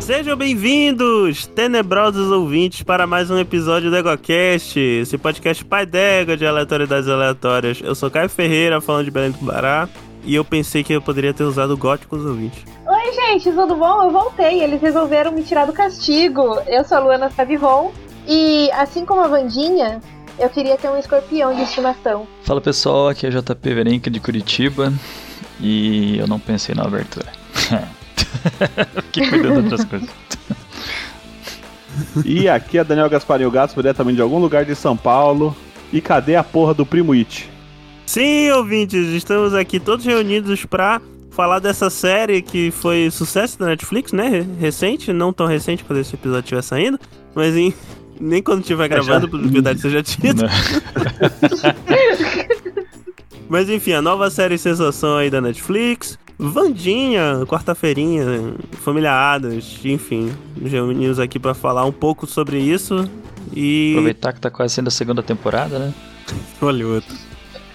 Sejam bem-vindos, tenebrosos ouvintes, para mais um episódio do EgoCast, esse podcast pai d'égua de aleatoriedades aleatórias. Eu sou Caio Ferreira, falando de Belém do Pará, e eu pensei que eu poderia ter usado gótico os ouvintes. Oi, gente, tudo bom? Eu voltei. Eles resolveram me tirar do castigo. Eu sou a Luana Savivon e, assim como a Vandinha, eu queria ter um escorpião de estimação. Fala pessoal, aqui é JP Verenca de Curitiba e eu não pensei na abertura. Fiquei cuidando de outras coisas. E aqui é Daniel Gasparinho Gaspar, diretamente de algum lugar de São Paulo. E cadê a porra do Primo It? Sim, ouvintes, estamos aqui todos reunidos para falar dessa série que foi sucesso da Netflix, né? Re- Recente, não tão recente quando esse episódio estiver saindo, mas em- nem quando estiver gravando, por verdade seja dito. Mas enfim, a nova série sensação aí da Netflix. Vandinha, quarta-feirinha, Família Adams, enfim, nos reunimos aqui pra falar um pouco sobre isso. E. Aproveitar que tá quase sendo a segunda temporada, né? Olha o outro.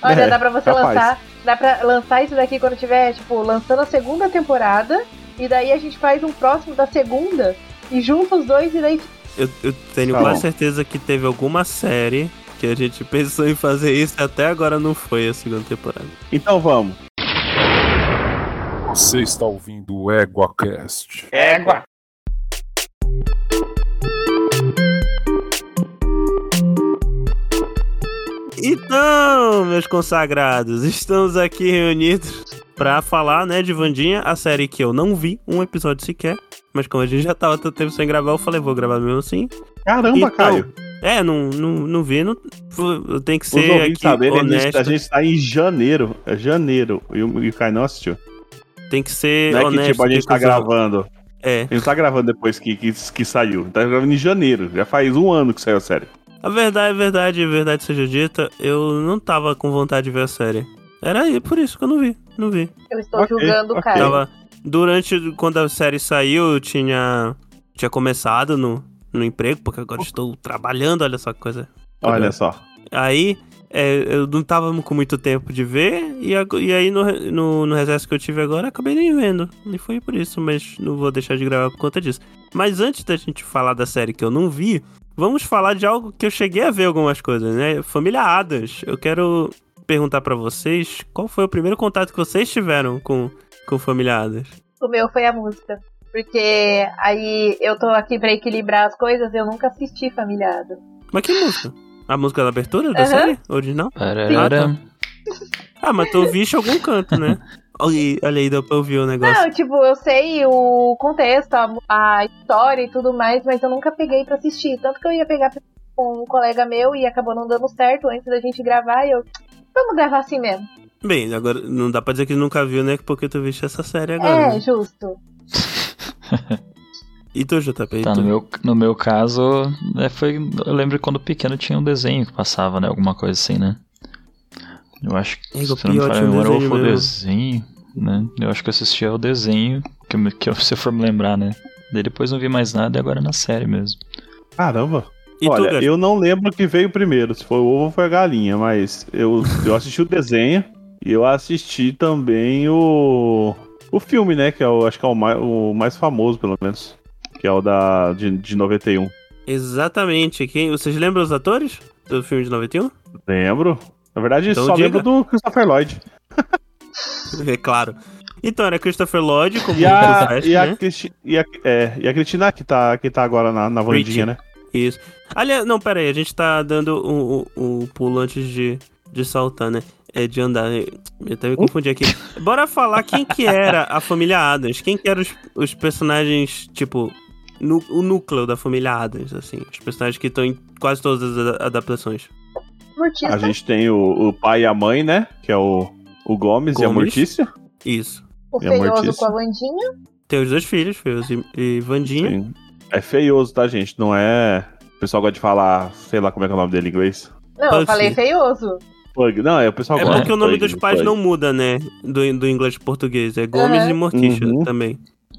Olha, É, dá pra você capaz. lançar. Dá pra lançar isso daqui quando tiver, tipo, lançando a segunda temporada. E daí a gente faz um próximo da segunda. E junta os dois e daí. Eu, eu tenho Tá quase bom. certeza que teve alguma série que a gente pensou em fazer isso e até agora não foi a segunda temporada. Então vamos. Você está ouvindo o EguaCast. É Então, meus consagrados, estamos aqui reunidos pra falar, né, de Vandinha, a série que eu não vi um episódio sequer. Mas como a gente já tava tanto tempo sem gravar, eu falei, vou gravar mesmo assim. Caramba, Então, Caio. É, não, não, não vi, não, eu tenho que Os ser aqui ouvintes saberem, a gente- honesto. a gente tá em janeiro. É janeiro. E o, e o Caio não assistiu. Tem que ser Não é honesto. que tipo, a gente tem tá que usar- gravando. É. A gente tá gravando depois que, que, que saiu. Tá gravando em janeiro. Já faz um ano que saiu a série. A verdade, a verdade, a verdade seja dita, eu não tava com vontade de ver a série. Era aí, por isso que eu não vi, não vi. Eu estou Ok, julgando o ok. cara. Tava. Durante. Quando a série saiu, eu tinha. Tinha começado no, no emprego, porque agora estou trabalhando, olha só que coisa. Olha só. Aí. é, eu não tava com muito tempo de ver, e, ago- e aí no, re- no, no recesso que eu tive agora, acabei nem vendo. E foi por isso, mas não vou deixar de gravar por conta disso. Mas antes da gente falar da série que eu não vi, vamos falar de algo que eu cheguei a ver algumas coisas, né? Família Adams. Eu quero perguntar pra vocês qual foi o primeiro contato que vocês tiveram com, com Família Adams. O meu foi a música. Porque aí eu tô aqui pra equilibrar as coisas, eu nunca assisti familiado. Mas que música? A música da abertura da Aham. série? Original? Pararara. Ah, mas tu ouviste em algum canto, né? Olha aí, olha aí, deu pra ouvir o negócio. Não, tipo, eu sei o contexto, a, a história e tudo mais, mas eu nunca peguei pra assistir. Tanto que eu ia pegar pra- com um colega meu e acabou não dando certo antes da gente gravar, e eu. Vamos gravar assim mesmo. Bem, agora não dá pra dizer que nunca viu, né? Porque tu viste essa série agora. É, né? justo. E tu, JP? Tá, e tu? no meu, no meu caso, né, foi, eu lembro quando pequeno tinha um desenho que passava, né? Alguma coisa assim, né? Eu acho que, Ego se não me Pior falha a tinha um memória, ou foi o desenho desenho, né? Eu acho que eu assistia ao desenho, que, eu me- que eu- se eu for me lembrar, né? Daí depois não vi mais nada e agora é na série mesmo. Caramba. E tu, Olha, Gus? eu não lembro que veio primeiro, se foi o ovo ou foi a galinha, mas eu, eu assisti o desenho e eu assisti também o. o filme, né? Que é o, acho que é o mais, o mais famoso, pelo menos. Que é o da. de, de 91. Exatamente. Quem... Vocês lembram os atores do filme de 91? Lembro. Na verdade, Então só diga. lembro do Christopher Lloyd. É claro. Então, era Christopher Lloyd, como E o a. Flash, e, a né? Cristi- e, a é, e a Cristina, que tá, que tá agora na, na Vandinha, né? Isso. Aliás, não, pera aí, a gente tá dando o, o, o pulo antes de, de saltar, né? É de andar. né? Eu até me confundi aqui. Bora falar quem que era a família Adams. Quem que eram os, os personagens, tipo, nu- o núcleo da família Adams, assim. Os personagens que estão em quase todas as a- adaptações. Mortícia. Ah, A gente tem o, o pai e a mãe, né? Que é o, o Gomes, e a Gomes. Mortícia. Isso. O é feioso Mortícia. com a Wandinha. Tem os dois filhos, Feus e, e Vandinha. Sim. É feioso, tá, gente? Não é. O pessoal gosta de falar, sei lá como é que é o nome dele em inglês. Não, eu Pussy. falei feioso. Pug. Não, é o pessoal É gosta. porque o nome Pug, dos pais pug. não muda, né? Do, do inglês pro português. É Gomes Aham. e Morticia Uhum. também.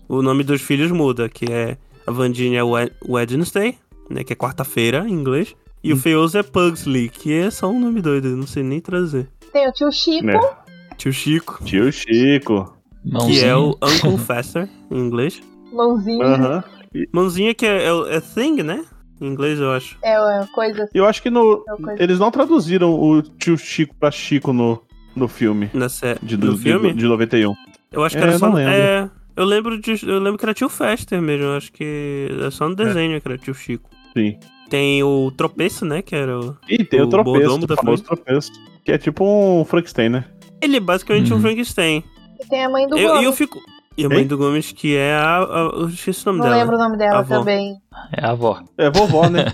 O nome dos filhos muda, que é a Vandinha é Wed- Wednesday, né? Que é quarta-feira em inglês. E Uhum. o feioso é Pugsley, que é só um nome doido, eu não sei nem trazer. Tem o tio Né? Chico. É. Tio Chico, Tio Chico. que Mãozinha. é o Uncle Fester em inglês. Mãozinha. Aham. Mãozinha que é, é, é thing, né? Em inglês, eu acho. É uma coisa assim. Eu acho que no. é uma coisa- Eles não traduziram o tio Chico pra Chico no, no filme. Na sé... De, no de- filme? de 91. Eu acho que É, era eu só. não lembro. É, eu lembro de. Eu lembro que era tio Fester mesmo. Eu acho que é só no desenho que era tio Chico. Sim. Tem o tropeço, né? Que era o... E tem O o, tropeço, Bordomo o da famoso tropeço. Que é tipo um Frankenstein, né? Ele é basicamente um Uhum. Frankenstein. E tem a mãe do Eu- E eu, Gomes. fico. E a mãe Hein? do Gomes, que é a. a- eu esqueci o nome Não dela. lembro o nome dela Avó. também. É a avó. É vovó, né?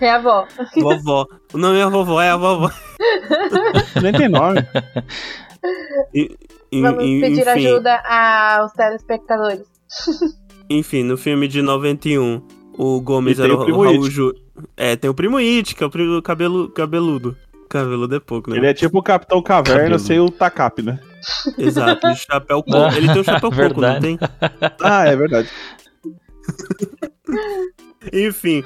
é a avó. Vovó. O nome é a vovó, é a vovó. Nem tem nome. En- Vamos en- pedir enfim, ajuda aos telespectadores. enfim, no filme de 91, o Gomes E tem era o primo Raul It. Ju... É, tem o primo It, que é o primo cabelo, cabeludo. Cabeludo é pouco, né? Ele é tipo o Capitão Caverna Cabelo. sem o Takap, né? Exato, e chapéu coco. Ele tem um chapéu coco, não Verdade. tem? Ah, é verdade. Enfim.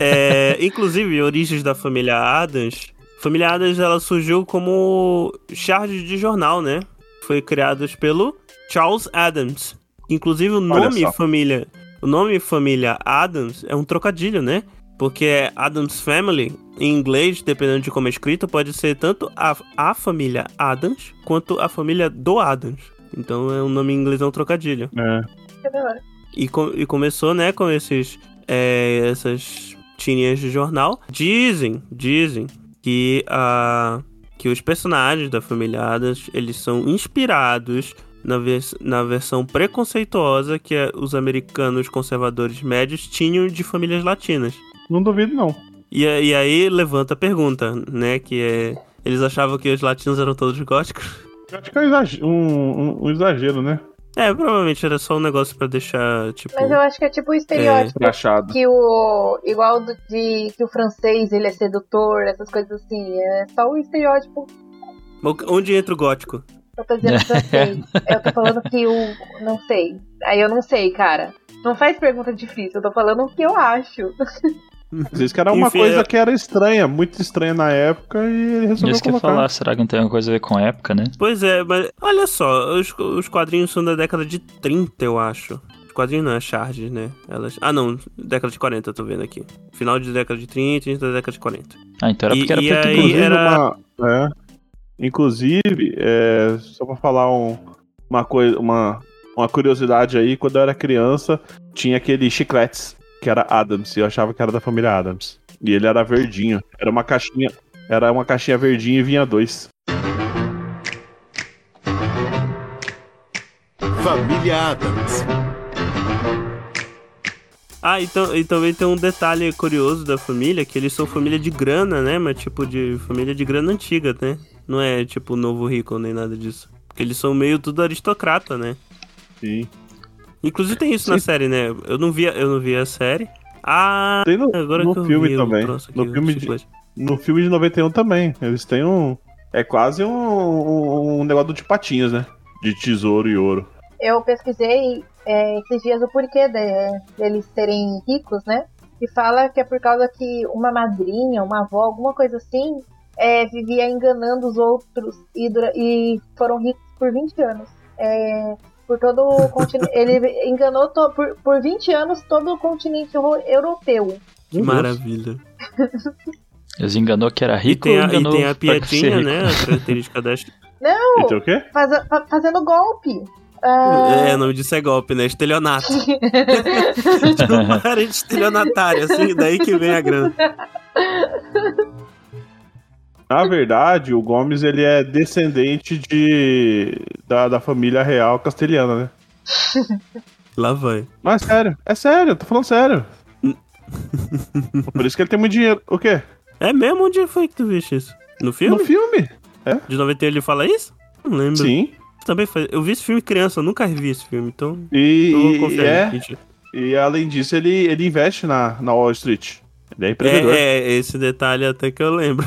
é, inclusive, origens da família Adams. Família Adams ela surgiu como charge de jornal, né? Foi criados pelo Charles Adams. Inclusive o nome só. família, o nome família Adams é um trocadilho, né? Porque é Adams Family em inglês, dependendo de como é escrito, pode ser tanto a, a família Adams quanto a família do Adams. Então é um nome em inglês é um trocadilho. É. Que da hora. E, co- e começou, né, com esses, é, essas tirinhas de jornal. Dizem, dizem que, a, que os personagens da família Adams, eles são inspirados na, vers- na versão preconceituosa que é, os americanos conservadores médios tinham de famílias latinas. Não duvido, não. E, a- e aí levanta a pergunta, né, que é... Eles achavam que os latinos eram todos góticos? Eu acho que é um exagero, um- um- um exagero, né? É, provavelmente era só um negócio pra deixar, tipo... Mas eu acho que é tipo o estereótipo Escrachado. que o. Igual do- de que o francês ele é sedutor, essas coisas assim. É só o estereótipo que Onde entra o gótico? eu tô dizendo francês. Eu tô falando que o. Não sei. Aí eu não sei, cara. Não faz pergunta difícil, eu tô falando o que eu acho. Isso que era uma Enfim, coisa é- que era estranha, muito estranha na época, e ele resolveu Isso que eu ia colocar. falar, será que não tem alguma coisa a ver com época, né? Pois é, mas olha só, os, os quadrinhos são da década de 30, eu acho. Os quadrinhos não, as charges, né? Elas, ah, não, década de 40, eu tô vendo aqui. Final de década de 30, início da década de 40. Ah, então era E- porque era e preto e aí branco. Inclusive, era- uma- é. Inclusive, é, só pra falar um- uma coisa, uma, uma curiosidade aí, quando eu era criança, tinha aquele chicletes, que era Adams, e eu achava que era da família Adams. E ele era verdinho. Era uma caixinha. Era uma caixinha verdinha e vinha dois. Família Adams. Ah, então, e também tem um detalhe curioso da família, que eles são família de grana, né? Mas tipo de família de grana antiga, né? Não é tipo novo rico nem nada disso. Porque eles são meio tudo aristocrata, né? Sim. Inclusive tem isso na série, né? Eu não via, eu não vi a série. Ah, Tem no, agora no que eu filme vi o também. troço aqui, No o filme, de, chiclete. no filme de 91 também. Eles têm um. É quase um, um, um negócio de patinhas, né? De tesouro e ouro. eu pesquisei é, esses dias o porquê de- deles serem ricos, né? E fala que é por causa que uma madrinha, uma avó, alguma coisa assim, é, vivia enganando os outros e, dura- e foram ricos por 20 anos. É, por todo o continente. Ele enganou to- por, por 20 anos todo o continente ro- europeu. Que maravilha. Eles enganou que era E rico tem ou a, e enganou tem a pra ser piadinha, rico? né? A característica das. Então o quê? Faza- fa- fazendo golpe. Ah, É, o nome disso é golpe, né? Estelionato. Tipo, parede estelionatária, assim, daí que vem a grana. Na verdade, o Gomes ele é descendente de da, da família real castelhana, né? Lá vai. Mas é sério, é sério, eu tô falando sério. Por isso que ele tem muito dinheiro. O quê? É mesmo? Onde foi que tu viste isso? No filme? No filme? De 91 ele fala isso? Não lembro. Sim. Também faz... Eu vi esse filme criança, eu nunca vi esse filme, então. E, Eu vou e- confiar. é, gente. e além disso, ele, ele investe na, na Wall Street. Ele é empreendedor. é, é, esse detalhe até que eu lembro.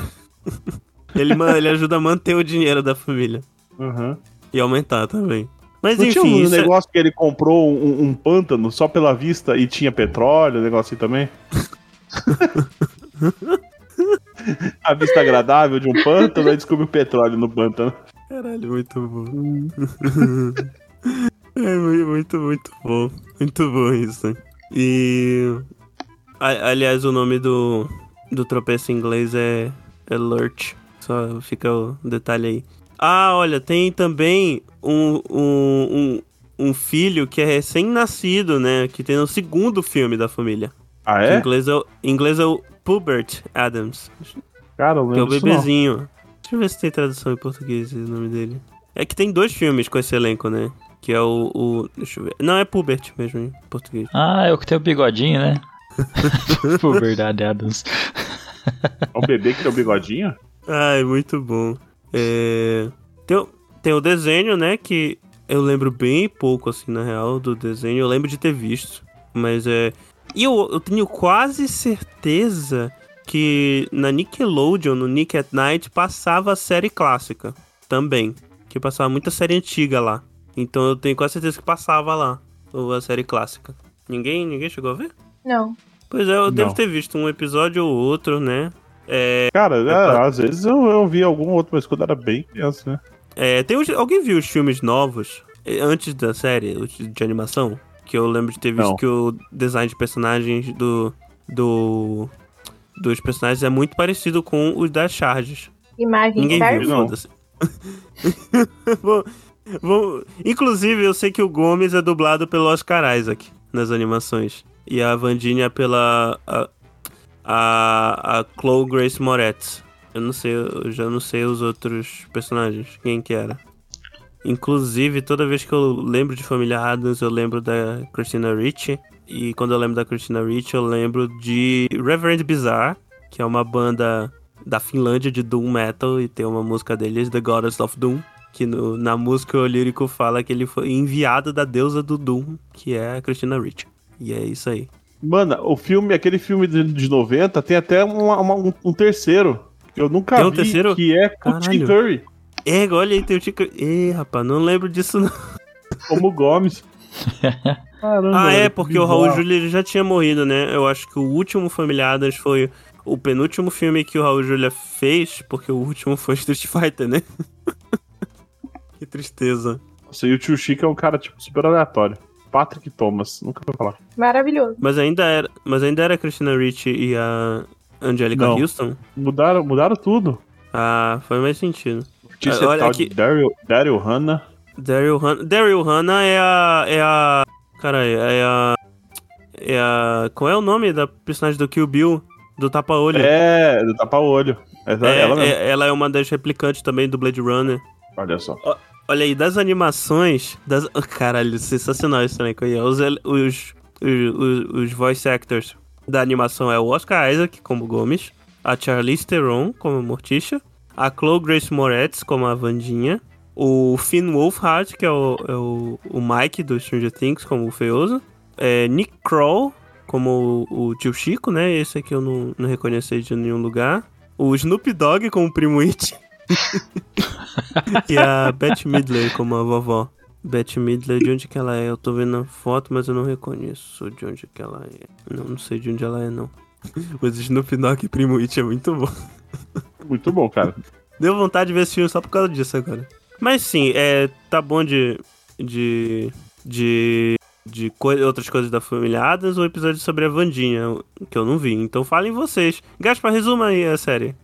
ele, man- ele ajuda a manter o dinheiro da família. Uhum. E aumentar também. Mas Não enfim, tinha um isso é- negócio que ele comprou um, um pântano só pela vista e tinha petróleo, um negócio assim também? A vista agradável de um pântano, aí descobriu petróleo no pântano. Caralho, muito bom. é mu- muito, muito, muito bom. Muito bom isso. E. a- aliás, o nome do, do tropeço em inglês é, é Lurch. Só fica o detalhe aí. Ah, olha, tem também um, um, um, um filho que é recém-nascido, né? Que tem no segundo filme da família. Ah, Em é? inglês é o, em inglês é o Pubert Adams. Cara, eu não Que é o lembro disso não. bebezinho. Deixa eu ver se tem tradução em português o nome dele. É que tem dois filmes com esse elenco, né? Que é o. o- deixa eu ver. Não, é Pubert mesmo em português. Ah, é o que tem o bigodinho, né? Por verdade, Adams. É o bebê que tem o bigodinho? Ai, muito bom. É, Tem, o- tem o desenho, né? Que eu lembro bem pouco, assim, na real, do desenho. Eu lembro de ter visto. Mas é. E eu, eu tenho quase certeza que na Nickelodeon, no Nick at Night, passava a série clássica também. Que passava muita série antiga lá. Então eu tenho quase certeza que passava lá. Ou a série clássica. Ninguém, ninguém chegou a ver? Não. Pois é, eu devo Não. ter visto um episódio ou outro, né? É, Cara, pra- é, às vezes eu, eu vi algum outro, mas quando era bem criança, né? É, tem os- alguém viu os filmes novos eh, antes da série os de animação? Que eu lembro de ter visto Não. que o design de personagens do, do dos personagens é muito parecido com os das Charges. Imagem Ninguém Star viu, Não. foda-se. Bom, bom, inclusive, eu sei que o Gomes é dublado pelo Oscar Isaac nas animações. E a Vandinha é pela. A, a, a Chloe Grace Moretz. Eu não sei, eu já não sei os outros personagens, quem que era. Inclusive, toda vez que eu lembro de Família Adams, eu lembro da Christina Ricci. E quando eu lembro da Christina Ricci, eu lembro de Reverend Bizarre, que é uma banda da Finlândia de Doom Metal e tem uma música deles, The Goddess of Doom, que no- na música o lírico fala que ele foi enviado da deusa do Doom, que é a Christina Ricci. E é isso aí. Mano, o filme, aquele filme de, de 90, tem até uma- uma- um, um terceiro. que Eu nunca Tem um vi, terceiro? que é com o Tim Caralho. Curry, É, olha aí, tem o Tico. Ih, rapaz, não lembro disso não. como o Gomes. Caramba, Ah, é, mano, porque que o Raul bizarro. Júlia ele já tinha morrido, né? Eu acho que o último Família Adams foi o penúltimo filme que o Raul Júlia fez, porque o último foi Street Fighter, né? que tristeza. Nossa, e o tio Chico é um cara, tipo, super aleatório. Patrick Thomas, nunca vou falar. Maravilhoso. Mas ainda era, mas ainda era a Christina Ricci e a Angelica Não. Houston? Mudaram, mudaram tudo. Ah, faz mais sentido. Notícia olha tal aqui. de Daryl, Daryl Hannah. Daryl Hannah. Daryl Hannah é a. É a. Caralho, é a. É a. Qual é o nome da personagem do Kill Bill? Do Tapa-Olho? É, do tapa-olho. Essa- É, ela mesmo. é- ela é uma das replicantes também do Blade Runner. Olha só. Olha aí, das animações. Das... Oh, caralho, sensacional isso também. que eu ia. Os, ele- os, os, os, os voice actors da animação é o Oscar Isaac como Gomes, a Charlize Theron como Morticia, a Chloe Grace Moretz como a Vandinha, o Finn Wolfhard, que é o, é o, o Mike do Stranger Things como o Feioso, é, Nick Kroll como o, o tio Chico, né? Esse aqui eu não, não reconheci de nenhum lugar. O Snoop Dogg como o Primo It. e a Beth Midler como a vovó. Beth Midler, de onde que ela é? Eu tô vendo a foto, mas eu não reconheço de onde que ela é. Não, não sei de onde ela é, não. Mas Snoop Dogg e Primo It é muito bom. Muito bom, cara. Deu vontade de ver esse filme só por causa disso agora. Mas sim, é, tá bom de. de. de. de coi- outras coisas da família Adams, o episódio sobre a Vandinha, que eu não vi. Então falem vocês. Gaspar, resuma aí a série.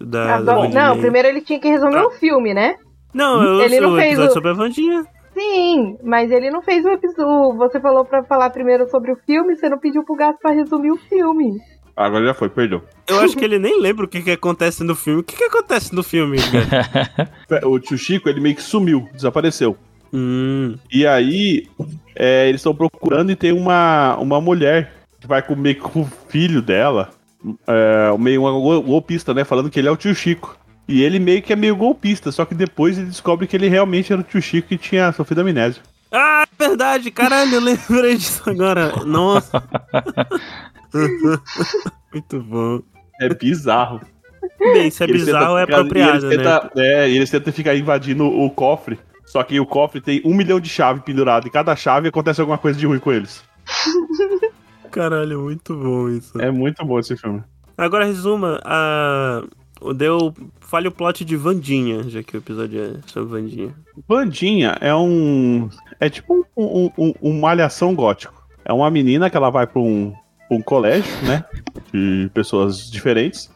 Da, da Adoro. Vandinha Ah, não, aí. primeiro ele tinha que resumir Ah. o filme, né? Não, eu, ele não o fez episódio o- sobre a Vandinha. Sim, mas ele não fez o episódio. Você falou pra falar primeiro sobre o filme, você não pediu pro Gaspar resumir o filme. Agora já foi, perdeu. Eu acho que ele nem lembra o que, que acontece no filme. O que, que acontece no filme, cara? O tio Chico, ele meio que sumiu, desapareceu. hum. E aí, é, eles estão procurando e tem uma, uma mulher que vai comer com o filho dela, é, meio uma go- golpista, né? Falando que ele é o tio Chico. E ele meio que é meio golpista, só que depois ele descobre que ele realmente era o tio Chico e tinha sofrido amnésia. Ah, é verdade, caralho, eu lembrei disso agora. Nossa. Muito bom. É bizarro. Bem, se é E eles tentam bizarro, é ficar- e apropriado, eles né? tentam- É, e eles tentam ficar invadindo o cofre. Só que o cofre tem um milhão de chave pendurado. E cada chave acontece alguma coisa de ruim com eles. Caralho, muito bom isso. É muito bom esse filme. Agora resuma, a... o deu. Fale o plot de Vandinha, já que o episódio é sobre Vandinha. Bandinha é um. É tipo um, um, um- um malhação gótico. É uma menina que ela vai pra um, pra um colégio, né? De pessoas diferentes.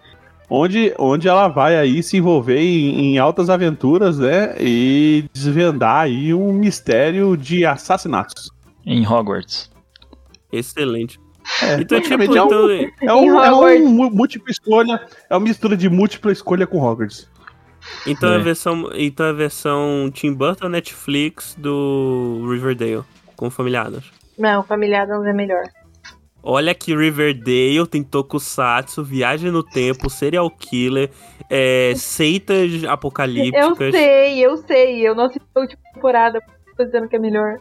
Onde, onde ela vai aí se envolver em, em altas aventuras, né? E desvendar aí um mistério de assassinatos. Em Hogwarts. Excelente. É, Então, tipo, praticamente é um, então, é um, é um Hogwarts. mu- múltipla escolha. É uma mistura de múltipla escolha com Hogwarts. então é a É. versão, então é a versão Tim Burton Netflix do Riverdale com Família Adams. Não, Família Adams é melhor. Olha que Riverdale tem Tokusatsu, Viagem no Tempo, Serial Killer, é, seitas Eu apocalípticas. sei, eu sei. Eu não assisti a última temporada, por isso que eu tô dizendo que é melhor.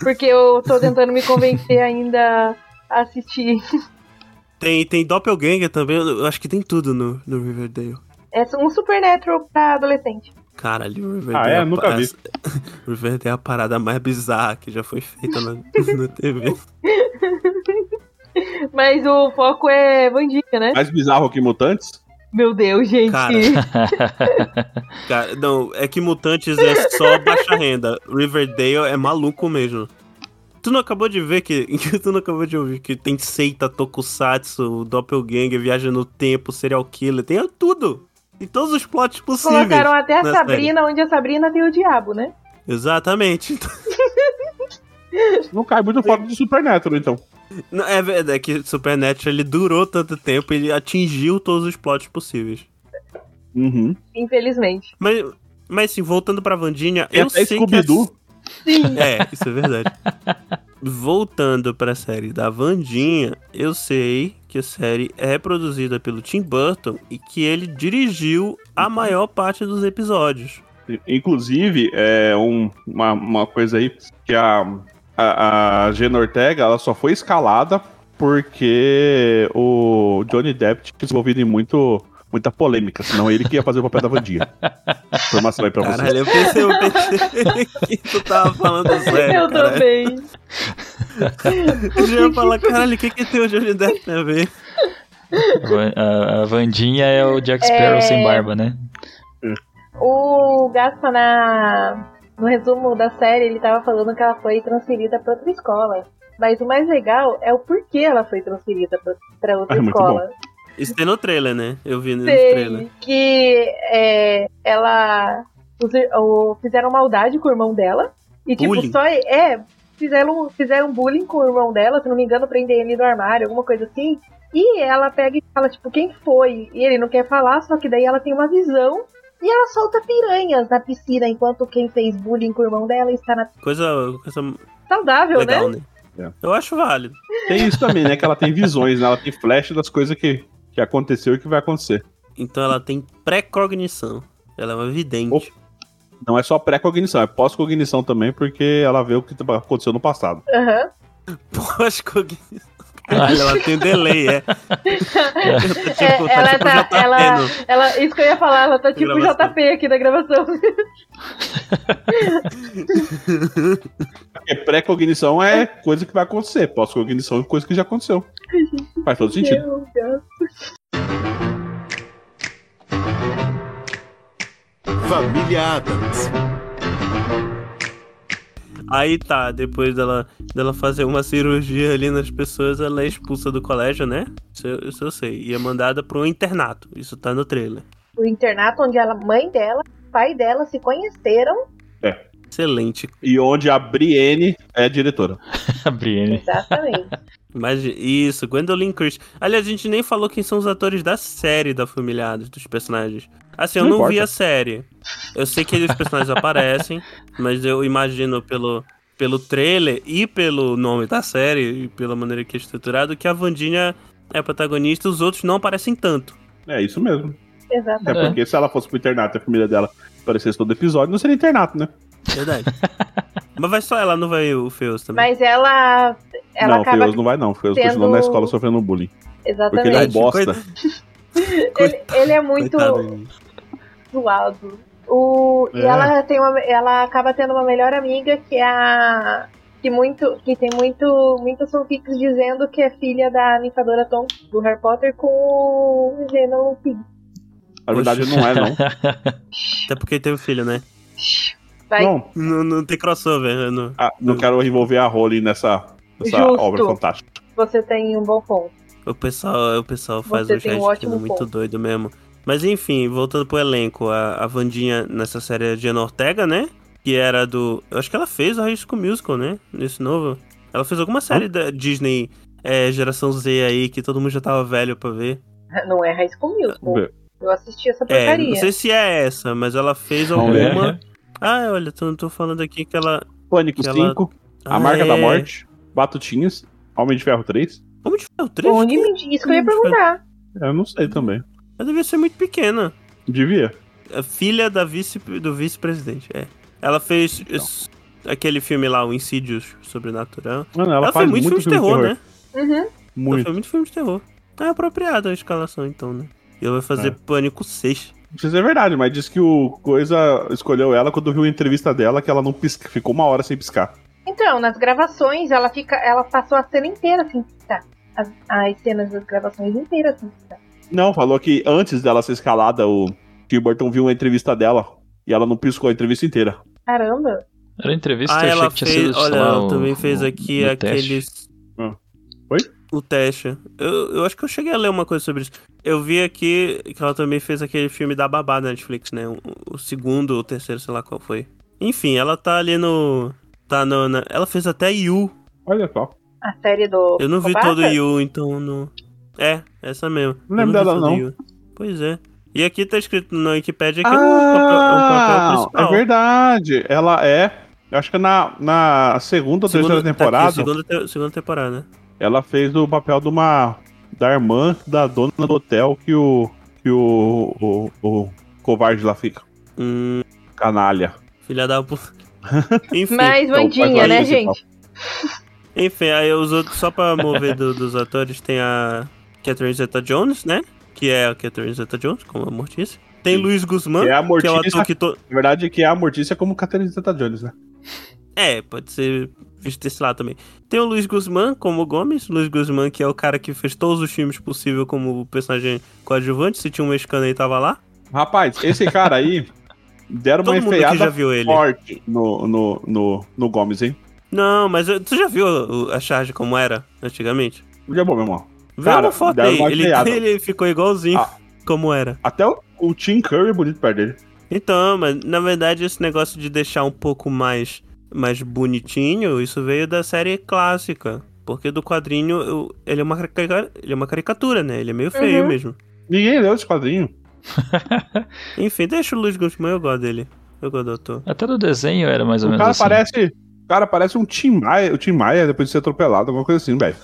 Porque eu tô tentando me convencer ainda a assistir. Tem, tem Doppelganger também, eu acho que tem tudo no, no Riverdale. É um Supernatural pra adolescente. Caralho, Ah, Riverdale. é? a Nunca pa- vi. Riverdale é a parada mais bizarra que já foi feita na, na TV. Mas o foco é bandinha, né? Mais bizarro que mutantes? Meu Deus, gente. Cara. Cara, não, é que Mutantes é só baixa renda. Riverdale é maluco mesmo. Tu não acabou de ver que. Tu não acabou de ouvir que tem seita, tokusatsu, doppelganger, viagem no tempo, serial killer, tem tudo! Tem todos os plots possíveis. Colocaram até a na Sabrina, onde a Sabrina tem o diabo, né? Exatamente. Não cai muito fora de Supernatural, então. Não, é verdade é que Supernatural ele durou tanto tempo, ele atingiu todos os plots possíveis. Uhum. Infelizmente. Mas, mas assim, voltando pra Vandinha, Tem eu sei até que a Scooby-Doo. É, isso é verdade. Voltando pra série da Vandinha, eu sei que a série é produzida pelo Tim Burton e que ele dirigiu a maior parte dos episódios. Inclusive, é um- uma, uma coisa aí que a, a, a Jenna Ortega ela só foi escalada porque o Johnny Depp tinha se envolvido em muito, muita polêmica, senão ele que ia fazer o papel da Vandinha. Informação aí pra vocês. Caralho, eu pensei, eu pensei que tu tava falando sério. eu caralho. também. Eu já ia falar, caralho, o que que tem o Johnny Depp a ver? Van- A, a Vandinha é o Jack Sparrow É. sem barba, né? O Gaspa, na... no resumo da série, ele tava falando que ela foi transferida pra outra escola. Mas o mais legal é o porquê ela foi transferida pra- pra outra Ah, muito escola. Isso tem no trailer, né? Eu vi no trailer. Sei que é, ela. os ir- o- fizeram maldade com o irmão dela. E, tipo, Bullying? só. É, fizeram, fizeram bullying com o irmão dela, se não me engano, prender ele no armário, alguma coisa assim. E ela pega e fala, tipo, quem foi? E ele não quer falar, só que daí ela tem uma visão. E ela solta piranhas na piscina, enquanto quem fez bullying com o irmão dela está na. Coisa, coisa Saudável, né? legal, né? É. Eu acho válido. Tem isso também, né? Que ela tem visões, né? Ela tem flash das coisas que, que aconteceu e que vai acontecer. Então ela tem pré-cognição. Ela é uma vidente. Opa. Não é só pré-cognição, é pós-cognição também, porque ela vê o que aconteceu no passado. Aham. Pós-cognição. Caralho, ela tem um delay, é. Eu tô tipo, É, ela tipo tá- JP ela- no- Ela, isso que eu ia falar, ela tá tipo Gravação. JP aqui da gravação. Porque pré-cognição é coisa que vai acontecer, pós-cognição é coisa que já aconteceu. Faz todo sentido. Meu Deus. Família Adams. Aí tá, depois dela, dela fazer uma cirurgia ali nas pessoas, ela é expulsa do colégio, né? Isso, eu- isso eu sei. E é mandada pro internato. Isso tá no trailer. o internato onde a mãe dela, o pai dela se conheceram. Excelente. E onde a Brienne é diretora. A Brienne. Exatamente. Mas isso, Gwendolyn Christie. Aliás, a gente nem falou quem são os atores da série da Família Adams, dos personagens. Assim, eu Não não, vi importa. a série. Eu sei que os personagens aparecem, mas eu imagino pelo, pelo trailer e pelo nome da série e pela maneira que é estruturado que a Vandinha é a protagonista e os outros não aparecem tanto. É isso mesmo. É, Exatamente. É. porque se ela fosse pro internato e a família dela aparecesse todo episódio, não seria internato, né? Verdade. mas vai só ela, não vai o Feus também. Mas ela. Ela não, o acaba. Feus não vai, não. O Feus sendo- continua na escola sofrendo bullying. Porque ele é um Coitado, Exatamente. bosta. Ele, ele é muito Coitado dele. zoado. O, E É. ela tem uma. Ela acaba tendo uma melhor amiga que é a. Que, muito, que tem muito, muitas fanfics dizendo que é filha da ninfadora Tom do Harry Potter com o Venom Pig. Na verdade, Poxa. não é, não. Até porque teve filho, né? Vai. Não, um Não, não tem crossover. né? Não. ah, não quero envolver a Holly nessa, nessa Justo. obra fantástica. Você tem um bom ponto. O pessoal, o pessoal faz Você um tem chat um ótimo muito ponto. doido mesmo. Mas enfim, voltando pro elenco, a, a Vandinha nessa série é a Diana Ortega, né? Que era do. Eu acho que ela fez o High School Musical, né? Nesse novo. Ela fez alguma série da Disney é, geração Z aí, que todo mundo já tava velho pra ver. Não é Raiz com Musical. Eu assisti essa É, porcaria. não sei se é essa, mas ela fez Não alguma. é. Ah, olha, tô, tô falando aqui que ela. Pânico Que ela- 5, A Ah, Marca da é. Morte, Batutinhas, Homem de Ferro 3. Homem de Ferro 3? é Onde me... Isso que eu ia perguntar. Eu não sei também. Ela devia ser muito pequena. Devia. É Filha da vice, do vice-presidente, é. Ela fez s- aquele filme lá, o Insidious Sobrenatural. Mano, ela, Ela, fez faz muito, filme de terror, né? Uhum. Ela Muito. fez muito filme de terror. É apropriada a escalação, então, né? E ela vai fazer É. Pânico 6. Não sei se é verdade, mas diz que o Coisa escolheu ela quando viu a entrevista dela que ela não pisca, ficou uma hora sem piscar. Então, nas gravações, ela fica. Ela passou a cena inteira assim, tá? As, as cenas das gravações inteiras assim. Não, falou que antes dela ser escalada, o Tim Burton viu a entrevista dela e ela não piscou a entrevista inteira. Caramba. É, Era entrevista, ah, eu achei ela que tinha sido, fez. sei Olha, lá, ela o- também fez o- aqui o teste. aqueles. Ah. Oi? O teste. Eu, eu acho que eu cheguei a ler uma coisa sobre isso. Eu vi aqui que ela também fez aquele filme da babá na Netflix, né? O, o segundo ou terceiro, sei lá qual foi. Enfim, ela tá ali no. Tá no. na- ela fez até Yu. Olha só. A série do. Eu não vi Chewbacca? todo Yu, então não. É, essa mesmo. Não lembro Eu vi dela, todo não. Yu. Pois é. E aqui tá escrito na Wikipédia que é o papel, é o papel Ah, principal. é verdade. Ela é. eu Acho que na, na segunda ou terceira Segunda, tá aqui, temporada, segunda, te- segunda temporada, né? ela fez o papel de uma. da irmã da dona do hotel que o. que o. o, o covarde lá fica. Hum. Canalha. Filha da puta. enfim, Mas Então, Vandinha, faz né, aí, gente? enfim, aí os outros, só pra mover do- dos atores, tem a Catherine Zeta Jones, né? Que é a Catherine Zeta Jones, como a Mortícia. Tem Sim. Luiz Guzmán, Que é a que é o Mortícia. ator que. To... Na verdade, que é a Mortícia como Catherine Zeta Jones, né? É, pode ser visto desse lado também. Tem o Luiz Guzmán como Gomes. Luiz Guzmán, que é o cara que fez todos os filmes possíveis como personagem coadjuvante. Se tinha um mexicano aí, tava lá. Rapaz, esse cara aí deram Todo uma mundo aqui já enfeiada viu ele. forte no, no, no, no Gomes, hein? Não, mas eu- tu já viu o- a charge como era antigamente? Muito é bom, meu irmão. Vê Cara, uma foto deram aí. uma Ele, criada. ele ficou igualzinho Ah. como era. Até o, o Tim Curry é bonito perto dele. Então, mas na verdade esse negócio de deixar um pouco mais, mais bonitinho, isso veio da série clássica. Porque do quadrinho, eu- ele, é uma, carica- ele é uma caricatura, né? Ele é meio feio Uhum. mesmo. Ninguém leu esse quadrinho. Enfim, deixa o Luiz Guzmán, eu gosto dele. Eu gosto do ator. Até do desenho era mais ou o menos cara assim. parece. O cara parece um Tim Maia, o Tim Maia depois de ser atropelado, alguma coisa assim, velho.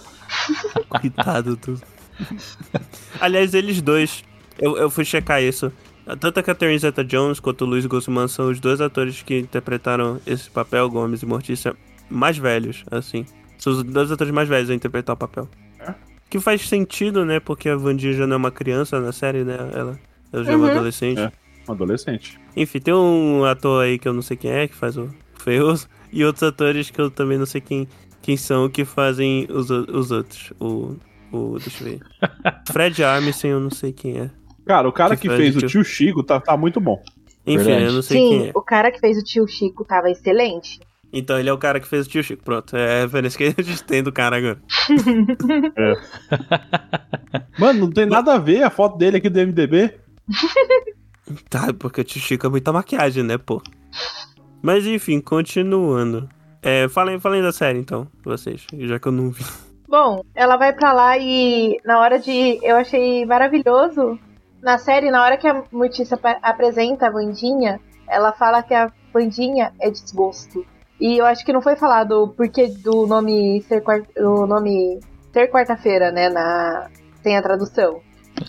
Coitado do... Aliás, eles dois, eu, eu fui checar isso. Tanto a Catherine Zeta-Jones quanto o Luiz Guzmán são os dois atores que interpretaram esse papel, Gomes e Mortícia, mais velhos, assim. São os dois atores mais velhos a interpretar o papel. É? Que faz sentido, né? Porque a Vandinha já não é uma criança na série, né? Ela, ela já é uma Uhum. adolescente. É. Um adolescente. Enfim, tem um ator aí que eu não sei quem é, que faz o Feioso, e outros atores que eu também não sei quem, quem são, que fazem os, o- os outros. O, o. Deixa eu ver. Fred Armisen, eu não sei quem é. Cara, o cara Que que, fã fez de o tio Chico tá, tá muito bom. Enfim, Verdade. eu não sei quem Sim, é. o cara que fez o tio Chico tava excelente. Então ele é o cara que fez o tio Chico. Pronto, é a referência que a gente tem do cara agora. Mano, não tem nada a ver a foto dele aqui do MDB. Tá, porque o tio Chico é muita maquiagem, né, pô? Mas enfim, continuando. É, falem, falem da série então, vocês, já que eu não vi. Bom, ela vai pra lá e na hora de. Eu achei maravilhoso. Na série, na hora que a Mortícia apa- apresenta a Vandinha, ela fala que a Vandinha é desgosto. E eu acho que não foi falado porque do nome ser quarta, o nome ser quarta-feira, né, na tem a tradução.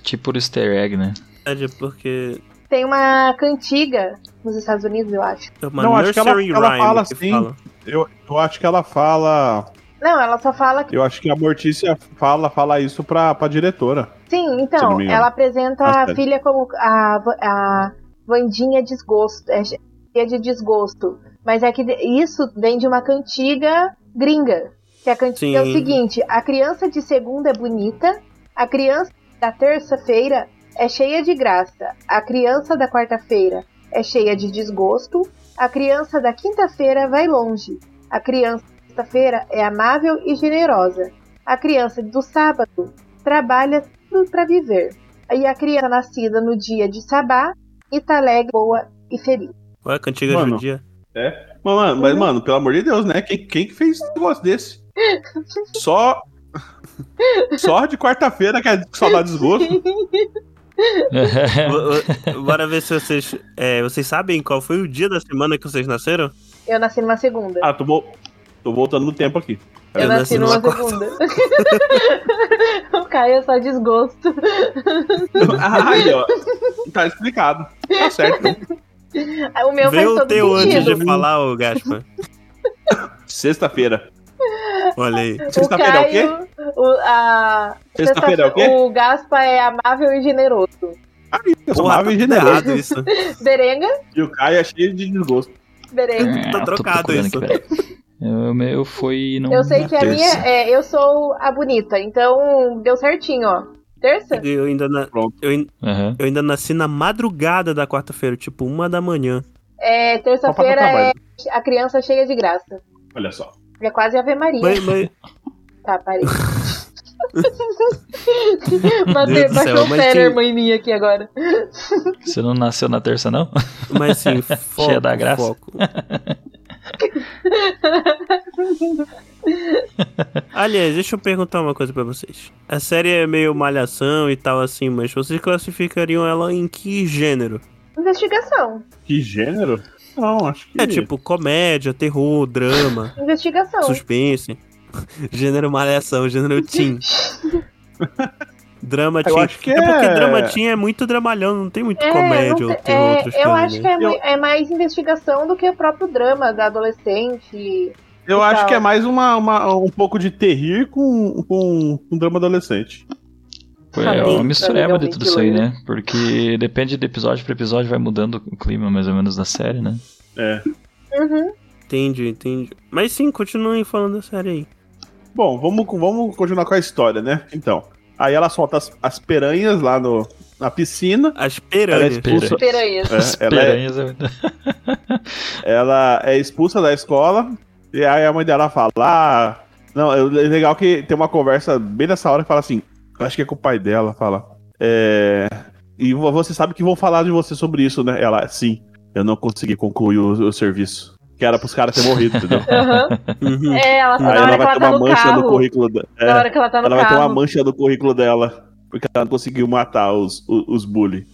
Tipo o easter egg, né? É porque. Tem uma cantiga nos Estados Unidos, eu acho. É uma Não, acho que ela- nursery ela rhyme fala que assim, fala. Eu, eu acho que ela fala. Não, ela só fala que Eu acho que a Mortícia fala, fala isso pra, pra diretora. Sim, Se eu não então, me engano. ela apresenta Ah, a sério. filha como a, Va- a Vandinha desgosto, é cheia de desgosto. Mas é que de- isso vem de uma cantiga gringa. Que a cantiga é o Sim. seguinte: a criança de segunda é bonita, a criança da terça-feira é cheia de graça, a criança da quarta-feira é cheia de desgosto, A criança da quinta-feira vai longe. A criança da sexta-feira é amável e generosa. A criança do sábado trabalha tudo para viver. E a criança nascida no dia de Sabá está alegre, boa e feliz. Ué, cantiga Mano. judia. Mas, mano, Uhum. mas, mano, pelo amor de Deus, né? Quem, quem que fez um negócio desse? Só. Só de quarta-feira que é só dá desgosto. É. Tá Bo- bo- Bora ver se vocês. é, vocês sabem qual foi o dia da semana que vocês nasceram? Eu nasci numa segunda. Ah, tô, vol- tô voltando no tempo aqui. eu, eu nasci nasci numa numa segunda. o Caio é só desgosto. Ah, Aí, ó. Tá explicado. Tá certo. então. O meu Vê faz o todo teu antes sentido. de falar, ô Gaspa. Sexta-feira. Olha aí. Sexta-feira é o quê? Caio, o- a- Sexta-feira é o quê? Ah, O Gaspa é amável e generoso. Eu sou Porra, Marvel tá tudo e generoso. errado isso. Berenga, E o Caio é cheio de desgosto. Berenga. É, Tá tô trocado procurando isso. aqui, peraí. Eu- O meu foi no. Eu sei na que a terça. minha é, eu sou a bonita, então deu certinho, ó. Terça? Eu ainda, na- Pronto. eu, in- Aham. eu ainda nasci na madrugada da quarta-feira, tipo uma da manhã. É, terça-feira é a criança cheia de graça. Olha só. É quase Ave Maria. Mas, mas, Tá, parei. Deus Matei, do céu, baixou o mas pé, tem- um irmã em mim aqui agora. Você não nasceu na terça, não? mas sim, foco. Cheia da graça. foco. Aliás, deixa eu perguntar uma coisa pra vocês. A série é meio malhação e tal assim, mas vocês classificariam ela em que gênero? Investigação. Que gênero? Não, acho que. É tipo comédia, terror, drama, Investigação. suspense. gênero malhação, gênero teen. Drama Eu teen. acho que é é- porque drama teen é muito dramalhão, não tem muito É, não comédia sei- ou tem é, outras eu coisas, né? acho que é, mui- é mais investigação do que o próprio drama da adolescente. Eu acho Então. que é mais uma, uma- um pouco de terrir com, com um drama adolescente. Pô, É Família, uma mistureba de legalmente tudo isso aí, loira. né? Porque depende de episódio pra episódio, vai mudando o clima mais ou menos da série, né? É. Uhum. Entendi, entendi. Mas sim, continuem falando da série aí. Bom, vamos, vamos continuar com a história, né? Então. Aí ela solta as, as peranhas lá no, na piscina. As Ela é piranhas. expulsa. Espera aí. É, As ela, é, piranhas é muito- ela é expulsa da escola. E aí a mãe dela fala: Ah, não, é legal que tem uma conversa bem nessa hora que fala assim. eu Acho que é com o pai dela, fala. É. E vo- você sabe que vão falar de você sobre isso, né? Ela, sim, eu não consegui concluir o, o serviço. Que era pros caras terem morrido, entendeu? Aham. Uhum. É, ela Aí na hora ela que vai ela ter tá no uma mancha no carro. currículo é, dela. Na hora que ela tá no Ela vai ter uma carro. mancha no currículo dela. Porque ela não conseguiu matar os, os, os bully.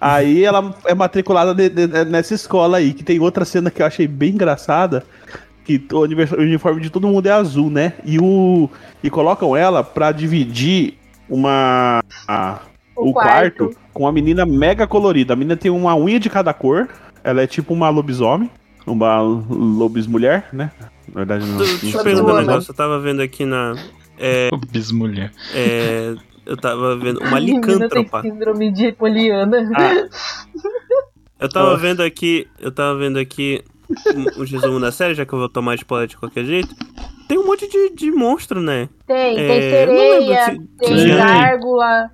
Aí ela é matriculada de- de- de- nessa escola aí, que tem outra cena que eu achei bem engraçada. Que o univers- o uniforme de todo mundo é azul, né? E, o, e colocam ela pra dividir uma. a- o, quarto. com uma menina mega colorida. A menina tem uma unha de cada cor. Ela é tipo uma lobisomem. Uma lobismulher, né? Na verdade, não. não Deixa eu sei é o perguntar um né? nome. negócio. Eu tava vendo aqui na. o bismulher. é, eu tava vendo. Uma Menina tem licântropa. síndrome de poliana. Ah, Eu tava vendo aqui. Eu tava vendo aqui um, um resumo da série, já que eu vou tomar spoiler de qualquer jeito. Tem um monte de, de monstro, né? Tem, É, tem eu não sereia, lembro se- tem Sim. gárgula,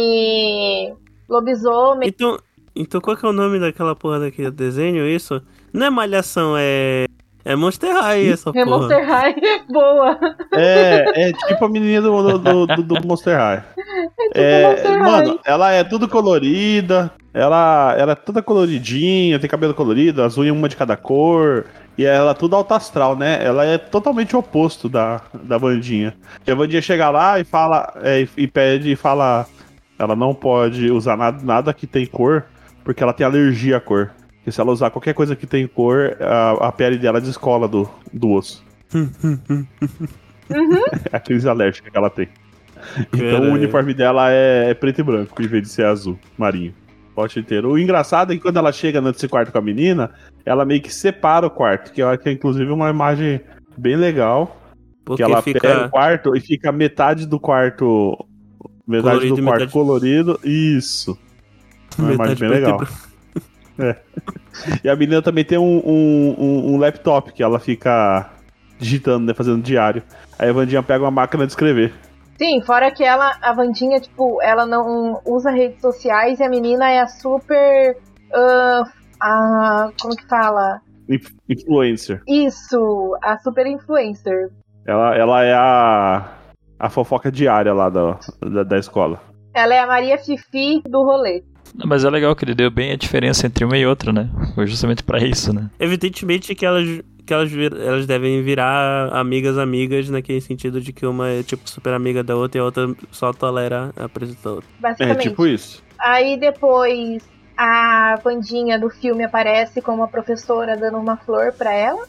tem lobisomem. Então, então qual que é o nome daquela porra daquele desenho, isso? Não é malhação, é. É Monster High essa porra. É Monster High, boa. É, é tipo a menina do, do, do, do Monster High. É, tipo Monster mano, High. ela é tudo colorida, ela, ela é toda coloridinha, tem cabelo colorido, azul e uma de cada cor. E ela é tudo alto astral, né? Ela é totalmente o oposto da, da Vandinha. E a Vandinha chega lá e fala, é, e- e pede e fala. Ela não pode usar nada, nada que tem cor, porque ela tem alergia à cor. Porque se ela usar qualquer coisa que tem cor, a, a pele dela descola do, do osso. a crise alérgica que ela tem. Então Caralho. o uniforme dela é, é preto e branco, em vez de ser azul, marinho. Pote inteiro. O engraçado é que quando ela chega nesse quarto com a menina, ela meio que separa o quarto, que eu acho que é inclusive uma imagem bem legal. Porque que ela pega fica. o quarto e fica metade do quarto. Metade Colorido e do quarto metade- colorido. Isso. Uma imagem metade é bem preto e legal. branco. E a menina também tem um, um- um- um laptop que ela fica digitando, né? Fazendo diário. Aí a Vandinha pega uma máquina de escrever. Sim, fora que ela, a Vandinha, tipo, ela não usa redes sociais e a menina é a super. ah, a. Como que fala? Inf- Influencer. Isso, a super influencer. Ela, ela é a, a fofoca diária lá da, da, da escola. Ela é a Maria Fifi do rolê. Não, mas é legal que ele deu bem a diferença entre uma e outra, né? Foi justamente pra isso, né? Evidentemente que elas, que elas, vir- elas devem virar amigas amigas, naquele sentido de que uma é tipo super amiga da outra e a outra só tolera a presença da outra. É Basicamente. tipo isso. Aí depois a Vandinha do filme aparece como a professora dando uma flor pra ela.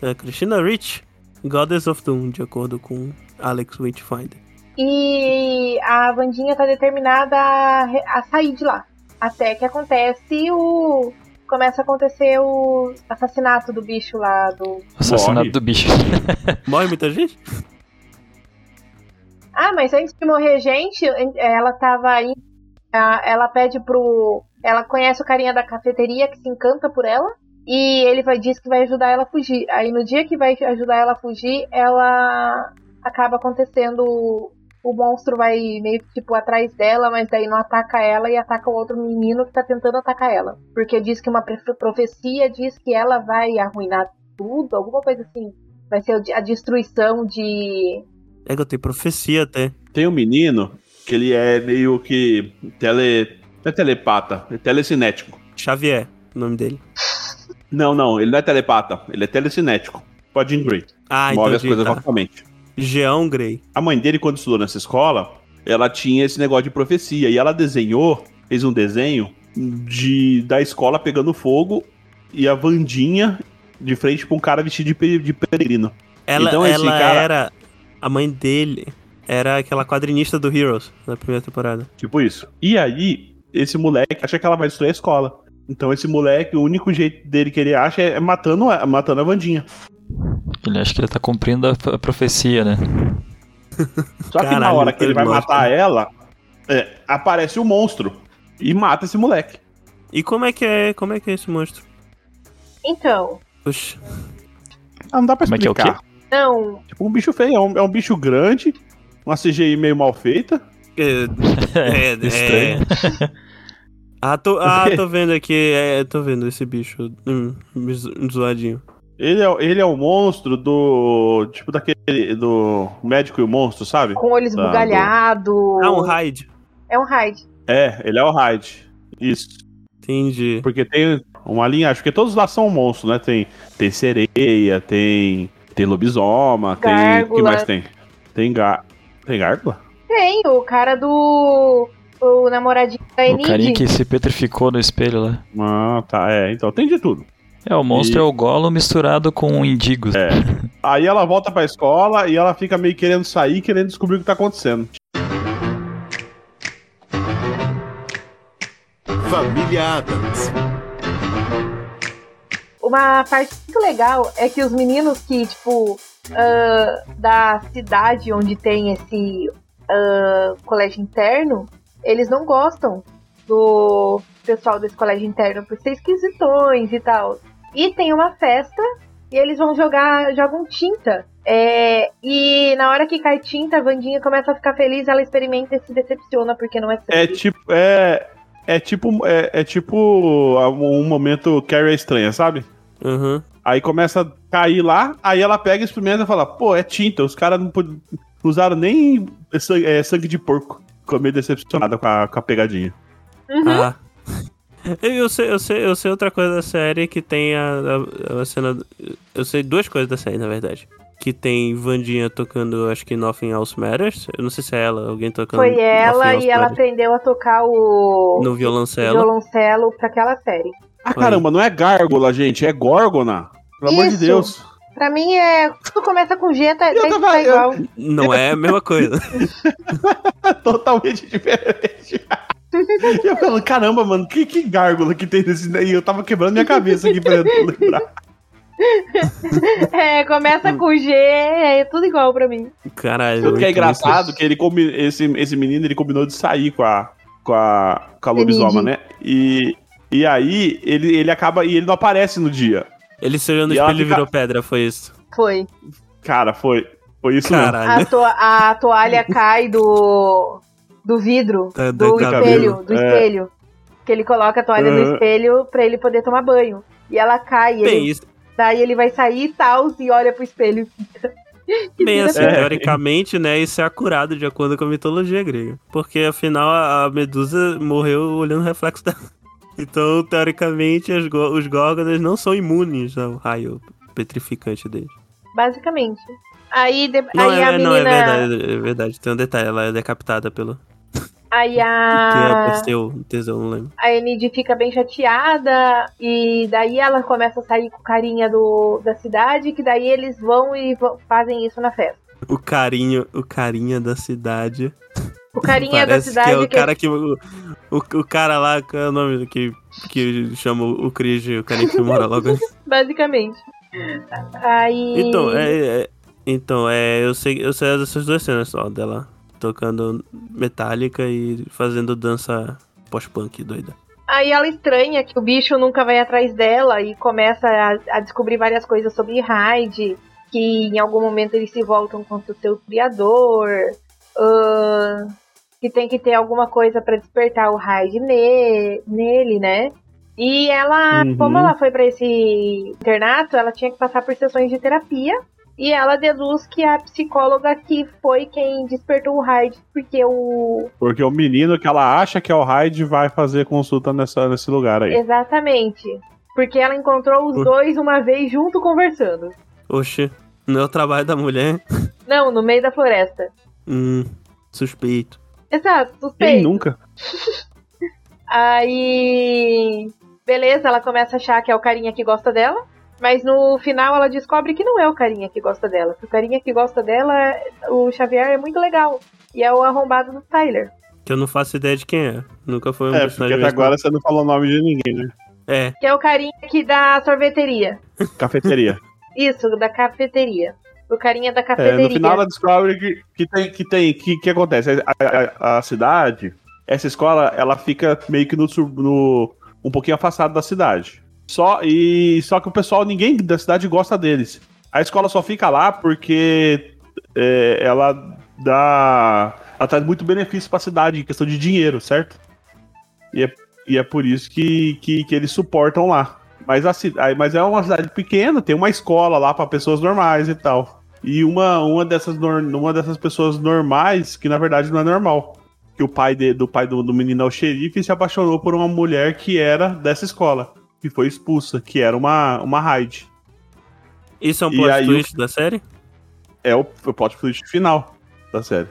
É, Christina Rich, Goddess of Doom, de acordo com Alex Witchfinder. E a Vandinha tá determinada a, re- a sair de lá. Até que acontece o. Começa a acontecer o assassinato do bicho lá do. Assassinato Morre. do bicho. Morre muita gente? Ah, mas antes de morrer, gente, ela tava aí. ah, Ela pede pro. Ela conhece o carinha da cafeteria que se encanta por ela. E ele vai diz que vai ajudar ela a fugir. Aí no dia que vai ajudar ela a fugir, ela acaba acontecendo. O monstro vai meio que tipo atrás dela, mas daí não ataca ela e ataca o outro menino que tá tentando atacar ela. Porque diz que uma pre- profecia diz que ela vai arruinar tudo, alguma coisa assim. Vai ser a destruição de É que eu tenho profecia até. Tem um menino que ele é meio que tele, não é telepata, é telecinético. Xavier, o nome dele. Não, não, ele não é telepata, ele é telecinético. Pode Grey. Ah, Move as entendi, coisas tá. facilmente. Jean Grey. A mãe dele, quando estudou nessa escola, ela tinha esse negócio de profecia. E ela desenhou, fez um desenho de da escola pegando fogo e a Vandinha de frente pra um cara vestido de, pe- de peregrino. Ela, Então esse ela cara- era. A mãe dele era aquela quadrinista do Heroes, na primeira temporada. Tipo isso. E aí, esse moleque acha que ela vai destruir a escola. Então esse moleque, o único jeito dele que ele acha é matando, a- matando a Vandinha. Ele acha que ele tá cumprindo a a profecia, né? Só que na Caralho, hora que ele vai eu gosto. matar ela, é, aparece o monstro e mata esse moleque. E como é que é, como é que é esse monstro? Então, Puxa, Ah, não dá pra Como é que é o explicar. quê? não, Tipo, um bicho feio, é um, é um bicho grande, uma CGI meio mal feita. é, é, Estranho. Ah, tô, ah, tô vendo aqui, é, tô vendo esse bicho hum, zo- zoadinho. Ele é, ele é o monstro do. Tipo, daquele. Do Médico e o Monstro, sabe? com olho Tá, esbugalhado. Ah, um Hyde. É um Hyde. É, ele é o Hyde. Isso. Entendi. Porque tem uma linhagem. Porque todos lá são monstros, né? Tem, tem sereia, tem. Tem lobisoma, tem. O que Gárgula. mais tem? Tem gar. Tem gárgula? Tem o cara do. O namoradinho da O carinha Enid. que se petrificou no espelho lá. Ah, tá. É, então tem de tudo. É, o monstro E- É. é o Gollum misturado com um indigo. Aí ela volta pra escola e ela fica meio querendo sair, querendo descobrir o que tá acontecendo. Família Adams. Uma parte muito legal é que os meninos que, tipo, ah, da cidade onde tem esse ah, colégio interno, eles não gostam do pessoal desse colégio interno por ser esquisitões e tal. E tem uma festa e eles vão jogar, jogam tinta. É, e na hora que cai tinta, a Vandinha começa a ficar feliz, ela experimenta e se decepciona porque não é É sangue. tipo. É, é tipo. É, é tipo um momento Carrie é estranha, sabe? Uhum. Aí começa a cair lá, aí ela pega, experimenta e fala, pô, é tinta, os caras não pod- não usaram nem sangue, é, sangue de porco. Ficou meio decepcionada com a, com a pegadinha. Uhum. Ah. Eu, eu sei, eu, sei, eu sei outra coisa da série que tem a, a- a cena. do- Eu sei duas coisas da série, na verdade. Que tem Vandinha tocando, acho que Nothing Else Matters. Eu não sei se é ela, alguém tocando. Foi Nothing ela Else e ela Matters aprendeu a tocar o No violoncelo. violoncelo pra aquela série. Ah, caramba, não é gárgula, gente, é górgona. Pelo amor de Isso. Deus. Pra mim é. Tudo começa com G, tá, Eu tá tava- igual. Não é a mesma coisa. É totalmente diferente. e eu falando, caramba, mano, que, que gárgula que tem nesse. E eu tava quebrando minha cabeça aqui pra lembrar. É, começa com G, é tudo igual pra mim. Caralho. Tudo que é muito engraçado que ele combi... esse, esse menino ele combinou de sair com a, com a, com a Entendi. lobisoma, né? E, e aí ele, ele acaba. E ele não aparece no dia. isso. Ele se olhou no E ela espelho e fica- virou pedra, foi isso. Foi. Cara, foi, foi isso mesmo. Caralho. A, to- a toalha cai do. do vidro. Tá Do doido da espelho. Do É. espelho. Que ele coloca a toalha Uhum. no espelho pra ele poder tomar banho. E ela cai, e Bem, ele, isso, daí ele vai sair e tal, e olha pro espelho. E bem vira- assim, É. teoricamente, né, isso é acurado de acordo com a mitologia grega. Porque afinal a a Medusa morreu olhando o reflexo dela. Então, teoricamente, as gó- os górgonas não são imunes ao raio petrificante deles. Basicamente. Aí, de- Não, aí é, a é- menina. não, é verdade, é verdade. Tem um detalhe, ela é decapitada pelo. Aí Que é a. Perseu, Teseu, não lembro. A Enid fica bem chateada e daí ela começa a sair com o carinha do, da cidade, que daí eles vão e vão- fazem isso na festa. O carinho, o carinha da cidade. O carinha da Parece cidade que é o que- cara que. O, o, o cara lá, que é o nome do que, que chama o Cris, de- o carinha que mora logo ali. basicamente. Aí Então, Hum. é, é- então, é, eu sei, eu sei dessas duas cenas só, dela tocando metálica e fazendo dança pós-punk doida. Aí ela estranha que o bicho nunca vai atrás dela e começa a, a descobrir várias coisas sobre Hyde, que em algum momento eles se voltam contra o seu criador, ahn, que tem que ter alguma coisa pra despertar o Hyde ne- nele, né? E ela, Uhum. como ela foi pra esse internato, ela tinha que passar por sessões de terapia. E ela deduz que a psicóloga que foi quem despertou o Hyde, porque o, Porque o menino que ela acha que é o Hyde vai fazer consulta nessa, nesse lugar aí. Exatamente. Porque ela encontrou os Por- dois uma vez junto conversando. Oxe, não é o trabalho da mulher? Não, no meio da floresta. Hum, suspeito. Exato, Quem suspeito. nunca? Aí. Beleza, ela começa a achar que é o carinha que gosta dela. Mas no final ela descobre que não é o carinha que gosta dela. Que o carinha que gosta dela, o Xavier é muito legal. E é o arrombado do Tyler. Que eu não faço ideia de quem é. Nunca foi um É, porque personagem. até mesmo. agora você não falou o nome de ninguém, né? É, Que é o carinha que da sorveteria. Cafeteria. Isso, da cafeteria. O carinha da É, cafeteria. no final ela descobre que, que tem que tem que, que acontece a, a- a cidade, essa escola, ela fica meio que no, sur- no- um pouquinho afastada da cidade. Só e só que o pessoal ninguém da cidade gosta deles. A escola só fica lá porque é, ela dá ela traz muito benefício pra cidade em questão de dinheiro, certo? E é, e é por isso que, que, que eles suportam lá. Mas, a, ci- aí- mas é uma cidade pequena, tem uma escola lá pra pessoas normais e tal. E uma, uma, dessas, nor- uma dessas pessoas normais, que na verdade não é normal. Que o pai de- do pai do, do menino é o xerife e se apaixonou por uma mulher que era dessa escola, que foi expulsa, que era uma, uma raid. isso é um E plot aí o- twist da série? É o, o plot twist final da série.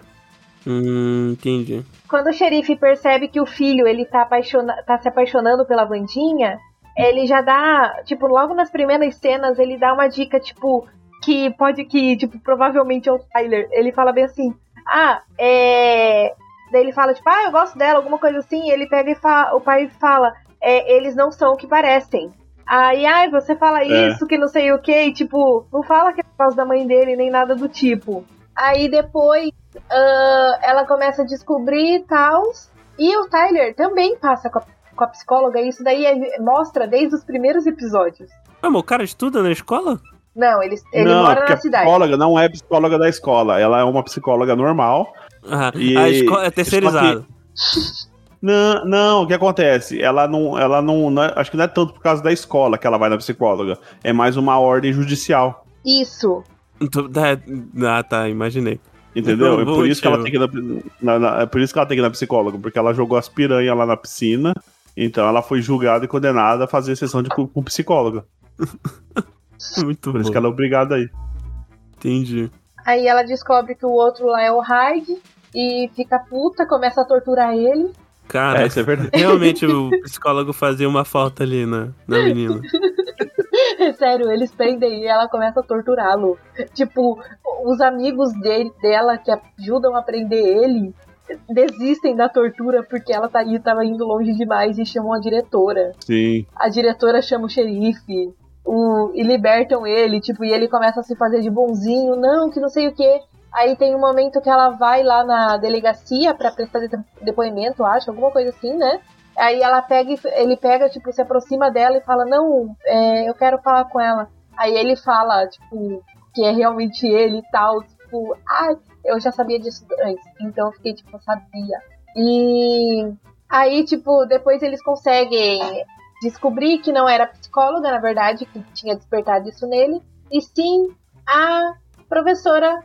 Hum, entendi. Quando o xerife percebe que o filho ele tá, apaixona- tá se apaixonando pela Vandinha, ele já dá, tipo, logo nas primeiras cenas, ele dá uma dica, tipo, que pode que, tipo, provavelmente é o Tyler. Ele fala bem assim, ah, é. Daí ele fala, tipo, ah, eu gosto dela, alguma coisa assim, e ele pega e fala, o pai fala, é, eles não são o que parecem. Aí, ai, você fala É. isso, que não sei o que, tipo, não fala que é por causa da mãe dele, nem nada do tipo. Aí depois ah, ela começa a descobrir e tal. E o Tyler também passa com a, com a psicóloga, e isso daí é- mostra desde os primeiros episódios. Ah, mas o cara estuda na escola? Não, ele, ele não, é mora porque na a cidade. psicóloga não é psicóloga da escola, ela é uma psicóloga normal. Ah, E- a escola é terceirizada. Não, não, o que acontece? Ela não, ela não, não é- acho que não é tanto por causa da escola que ela vai na psicóloga, é mais uma ordem judicial. Isso. Então, tá- Ah, tá, imaginei. Entendeu? Não, É por vou isso que ela tem tirar. que ir na, na- na- é por isso que ela tem que ir na psicóloga, porque ela jogou as piranhas lá na piscina, então ela foi julgada e condenada a fazer sessão de cu- com psicóloga. Muito Por isso bom. que ela é obrigada aí. Entendi. Aí ela descobre que o outro lá é o Hyde e fica puta, começa a torturar ele. Cara, isso é verdade. Realmente o psicólogo fazia uma falta ali na, na menina. Sério, eles prendem e ela começa a torturá-lo. Tipo, os amigos dele, dela que ajudam a prender ele desistem da tortura porque ela tá, e tava indo longe demais e chamam a diretora. Sim. a diretora chama o xerife o- e libertam ele, tipo, e ele começa a se fazer de bonzinho, não, que não sei o quê. Aí tem um momento que ela vai lá na delegacia pra prestar de- depoimento, acho, alguma coisa assim, né? Aí ela pega, e f- ele pega, tipo, se aproxima dela e fala, não, é, eu quero falar com ela. Aí ele fala, tipo, que é realmente ele e tal, tipo, ai, eu já sabia disso antes, então eu fiquei, tipo, sabia. E Aí, tipo, depois eles conseguem descobrir que não era psicóloga, na verdade, que tinha despertado isso nele, e sim a professora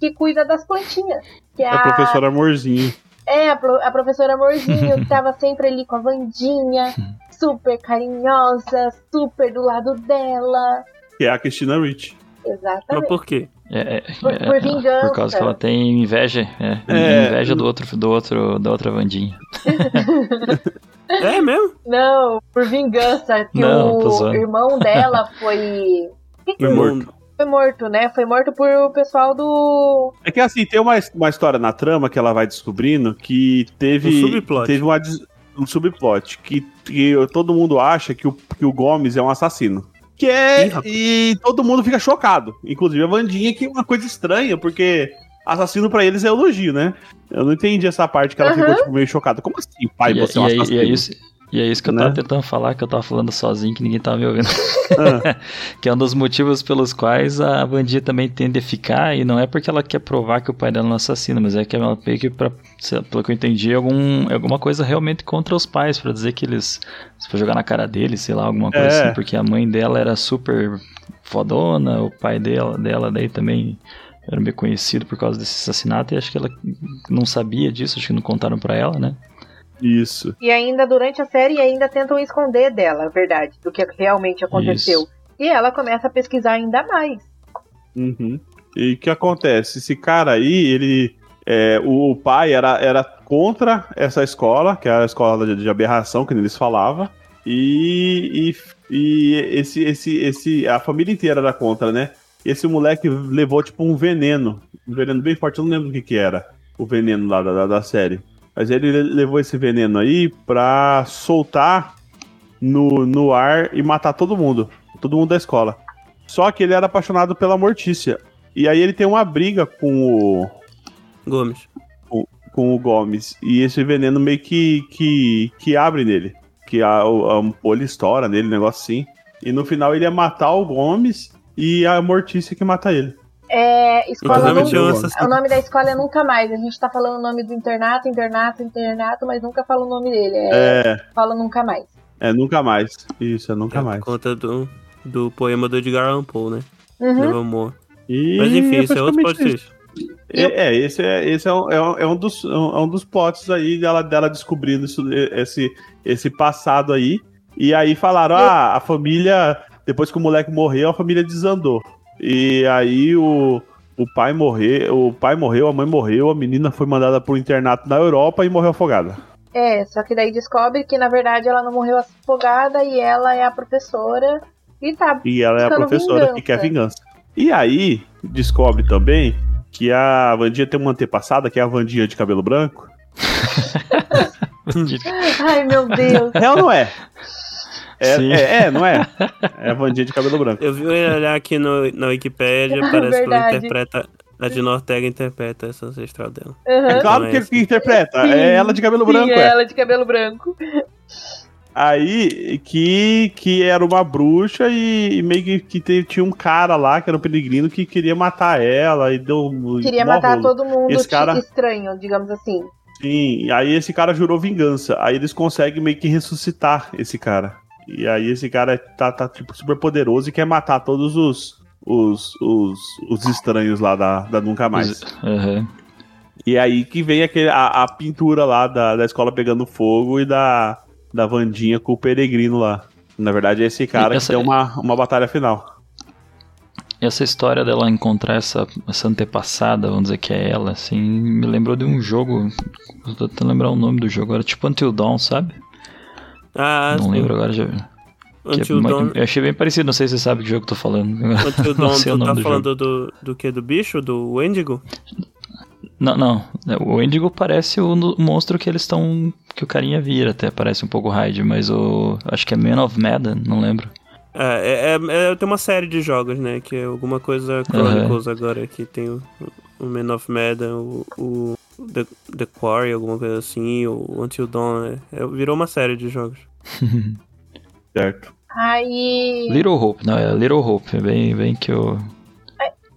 que cuida das plantinhas. Que é É o a, professor Amorzinho. é, a, pro- a professora Amorzinho, que tava sempre ali com a Vandinha, super carinhosa, super do lado dela. Que é a Cristina Rich. Mas Exatamente. por quê? É, é, é, Por- por vingança. Por causa que ela tem inveja. É, É. inveja do outro, do outro, da outra Vandinha. É mesmo? Não, por vingança, que Não, tô o zoando. irmão dela foi. Foi morto. Foi morto, né? Foi morto por o pessoal do. É que assim, tem uma, uma história na trama que ela vai descobrindo que teve. Um subplot. Teve uma des- um subplot. Que, que todo mundo acha que o, que o Gomes é um assassino. Que é. Ih, rapaz. e todo mundo fica chocado. Inclusive a Vandinha, que é uma coisa estranha, porque assassino pra eles é elogio, né? Eu não entendi essa parte que ela ficou Aham. tipo, meio chocada. Como assim, pai, e, você é um e, é, assassino? e é isso. E é isso que eu tava Né? tentando falar, que eu tava falando sozinho, que ninguém tava me ouvindo. Ah. que é um dos motivos pelos quais a Vandinha também tende a ficar, e não é porque ela quer provar que o pai dela não é um assassino, mas é que ela meio que, pra, sei lá, pelo que eu entendi, é algum, é alguma coisa realmente contra os pais, pra dizer que eles. Pra jogar na cara deles, sei lá, alguma coisa É. assim, porque a mãe dela era super fodona, o pai dela, dela daí também era meio conhecido por causa desse assassinato, e acho que ela não sabia disso, acho que não contaram pra ela, né? Isso. E ainda durante a série ainda tentam esconder dela, a verdade, do que realmente aconteceu. Isso. E ela começa a pesquisar ainda mais. Uhum. E o que acontece? Esse cara aí, ele. é, o pai era, era contra essa escola, que era a escola de, de aberração, que eles falavam. E, e, e esse, esse, esse. A família inteira era contra, né? Esse moleque levou, tipo, um veneno. Um veneno bem forte, eu não lembro o que, que era. O veneno lá da, da, da série. Mas ele le- levou esse veneno aí pra soltar no, no ar e matar todo mundo. Todo mundo da escola. Só que ele era apaixonado pela Mortícia. E aí ele tem uma briga com o, Hum, Gomes. com o Gomes. E esse veneno meio que, que, que abre nele. Que a, o- a ampolha estoura nele, um negócio assim. E no final ele ia matar o Gomes e a Mortícia que mata ele. É, escola Inclusive, Inclusive nunca. não- tinha um assassino. O nome da escola é Nunca Mais. A gente tá falando o nome do internato, internato, internato, mas nunca fala o nome dele. É, É, Fala Nunca Mais. é nunca mais. Isso, é nunca É mais. Por conta do, do poema do Edgar Allan Poe, né? Uhum. Do amor. E Mas enfim, isso é outro praticamente podcast. É, é, esse, é, esse é, um, é um- é um dos, é um é um dos plots aí dela, dela descobrindo isso, esse, esse passado aí. E aí falaram, ah, a família, depois que o moleque morreu, a família desandou. E aí o, o pai morreu, o pai morreu, a mãe morreu, a menina foi mandada pro internato na Europa e morreu afogada. É, só que daí descobre que na verdade ela não morreu afogada e ela é a professora e tá. E ela é a Buscando professora que quer vingança. E aí descobre também que a Vandinha tem uma antepassada, que é a Vandinha de cabelo branco. Ai meu Deus! É ou não é? É, Sim. é, é, não é? É a Vandinha de cabelo branco. Eu vi olhar aqui no, na Wikipédia, parece que ela Verdade. interpreta. A Dina Ortega interpreta essa ancestral dela. É Aham. claro que ele que interpreta. assim. Sim. É ela de cabelo branco, Sim, é. Uhum. ela de cabelo branco. Aí que, que era uma bruxa e, e meio que, que te- tinha um cara lá, que era um peregrino, que queria matar ela e deu um. Queria mó matar rolo. todo mundo Esse cara- estranho, digamos assim. Sim, e aí esse cara jurou vingança. Aí eles conseguem meio que ressuscitar esse cara. E aí esse cara tá, tá, tipo, super poderoso e quer matar todos os. Os, os, os estranhos lá da, da Nunca Mais. Aham. E é aí que vem aquele, a, a pintura lá da, da escola pegando fogo e da, da Vandinha com o peregrino lá. Na verdade, é esse cara E essa- que tem uma, uma batalha final. E essa história dela encontrar essa, essa antepassada, vamos dizer que é ela, assim, me lembrou de um jogo. Eu tô tentando lembrar o nome do jogo agora, tipo Until Dawn, sabe? Ah, não sim. lembro agora já. que é Until ma- Dawn. Eu achei bem parecido, não sei se você sabe que jogo eu tô falando. agora. Until não Dawn, sei tu o nome tá do falando do, do que? Do bicho? Do Wendigo? Não, não. O Indigo parece o no- monstro que eles estão. que o carinha vira até, parece um pouco o Hyde, mas o. Acho que é Man of Medan, não lembro. É, é, é, é- tem uma série de jogos, né? Que é alguma coisa Chronicles agora, que tem o, o Man of Medan, o, o The, The Quarry, alguma coisa assim, o Until Dawn. né? É, virou uma série de jogos. Certo. Aí. Little Hope, não, é Little Hope, bem, bem que o.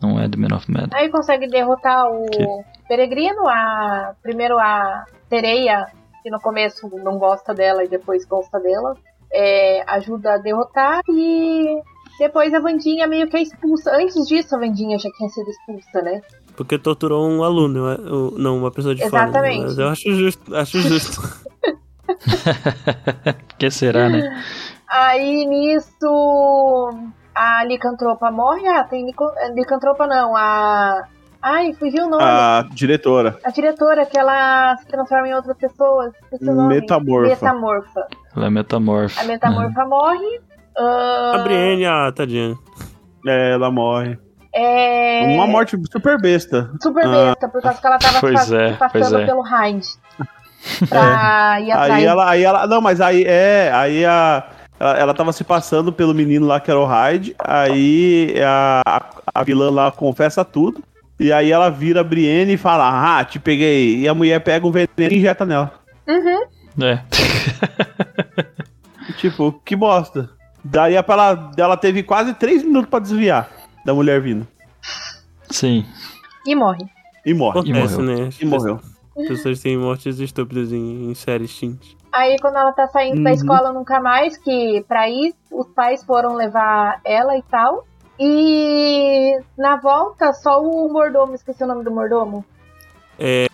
Não é do Man of Medan. Aí consegue derrotar o Que- peregrino, a. Primeiro a sereia que no começo não gosta dela e depois gosta dela, é, ajuda a derrotar e depois a Vandinha meio que é expulsa. Antes disso, a Vandinha já tinha sido expulsa, né? Porque torturou um aluno, né? Ou- não, uma pessoa de fora. né? Exatamente. Mas eu acho justo. Acho justo. que será, né? Aí nisso a licantropa morre. Ah, tem lico- licantropa não, a. Ai, fugiu o nome. A diretora. A diretora que ela se transforma em outras pessoas. Esqueci o nome. Metamorfa. Metamorfa. Ela é metamorfa. A metamorfa morre. A ah, Brienne, ah, tadinha. É, ela morre. é... Uma Ah, morte super besta. Super besta, por causa que ela tava Pois fa- é, pois passando é. pelo Hind. Pra ir atrás. É. Aí ela, aí ela. Não, mas aí é. Aí a. Ela, ela tava se passando pelo menino lá que era o Hyde. Aí a, a vilã lá confessa tudo. E aí ela vira a Brienne e fala: Ah, te peguei. E a mulher pega o veneno e injeta nela. Uhum. É. E, tipo, que bosta. Daí é pra ela, ela teve quase três minutos pra desviar da mulher vindo. Sim. E morre. Ah, E morre. Acontece, morreu. né? E morreu. As pessoas têm mortes estúpidas em, em séries teens. Aí quando ela tá saindo da Uhum. escola nunca mais, que pra ir, os pais foram levar ela e tal. E na volta, só o mordomo, esqueci o nome do mordomo.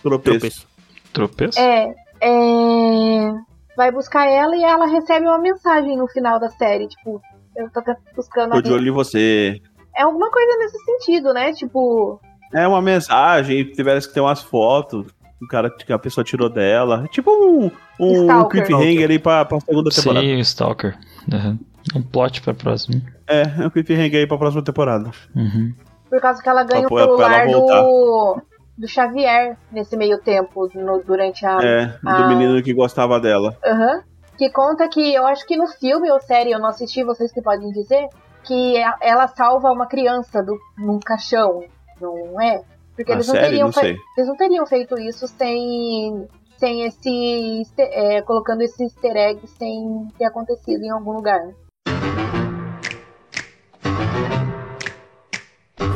Tropeço. Tropeço. Tropeço? É, é, Vai buscar ela e ela recebe uma mensagem no final da série, tipo, eu tô te- buscando Tô de alguém. olho em você. É alguma coisa nesse sentido, né? Tipo, É uma mensagem, tiveram que ter umas fotos. O cara que a pessoa tirou dela. Tipo um, um Stalker. cliffhanger aí pra, pra segunda temporada. Sim, o Stalker. Aham. Um plot pra próxima. É, é um cliffhanger aí pra próxima temporada. Uhum. por causa que ela ganha Pra- o pra ela celular do, do Xavier nesse meio tempo, no- durante a. É, do Ah. menino que gostava dela. Aham. Que conta que eu acho que no filme ou série, eu não assisti, vocês que podem dizer, que a- ela salva uma criança do, num caixão, não é? Porque Na eles não, série, teriam não fe- sei. eles não teriam feito isso sem, sem esse. easter- é, colocando esse easter egg sem ter acontecido em algum lugar.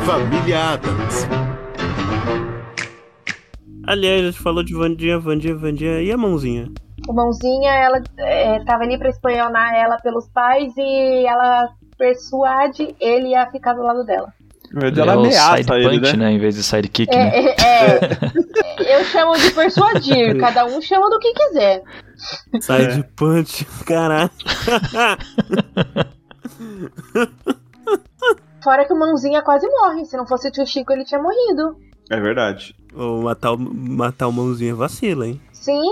Família Adams. Aliás, a gente falou de Vandinha, Vandinha, Vandinha e a mãozinha. O Mãozinha, ela é, tava ali pra espanhonar ela pelos pais e ela persuade ele a ficar do lado dela. Na verdade, ela é o side ameaça ele, punch, né? né? Em vez de sidekick, né? É, é, é. eu chamo de persuadir, cada um chama do que quiser. Sai É. de punch, caralho. Fora que o Mãozinha quase morre, se não fosse o tio Chico ele tinha morrido. É verdade. Ou matar o, matar o mãozinha vacila, hein? Sim.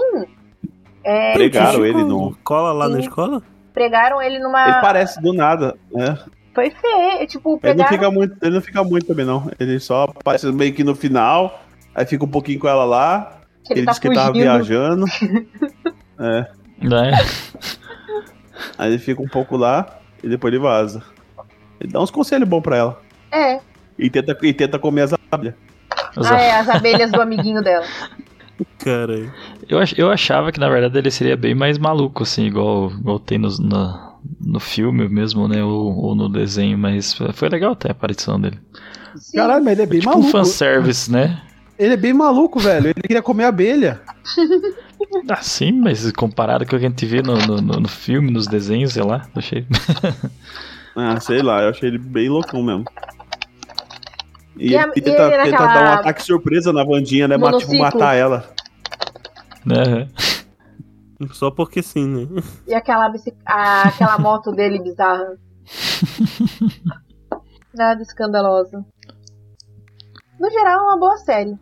É, Pregaram ele não no. Cola lá na É. Sim. escola? pregaram ele numa. Ele parece do nada, né? Foi feio, tipo, Ele não, pegaram. fica muito, ele não fica muito também, não. Ele só aparece meio que no final. Aí fica um pouquinho com ela lá. que Ele, ele, tá diz que ele tava fugindo. viajando. é. Né? Aí ele fica um pouco lá e depois ele vaza. Ele dá uns conselhos bons pra ela. É. E tenta, e tenta comer as abelhas. Ah, é, as abelhas do amiguinho dela. Caralho. Eu, ach- eu achava que, na verdade, ele seria bem mais maluco, assim, igual, igual tem nos- na- no, filme mesmo, né? Ou, ou no desenho, mas foi legal até a aparição dele. Sim. Caralho, mas ele é bem tipo um maluco. fanservice, né? Ele é bem maluco, velho. Ele queria comer abelha. Ah, sim, mas comparado com o que a gente vê no, no, no- no filme, nos desenhos, sei lá, achei. Ah, sei lá, eu achei ele bem loucão mesmo. E, E a- ele e tenta, ele tenta naquela- dar um ataque surpresa na Vandinha, né? Mas, tipo, Monociclo. matar ela. Né? Só porque sim, né? E aquela, bici- a- aquela moto dele bizarra. Nada escandalosa. No geral, é uma boa série.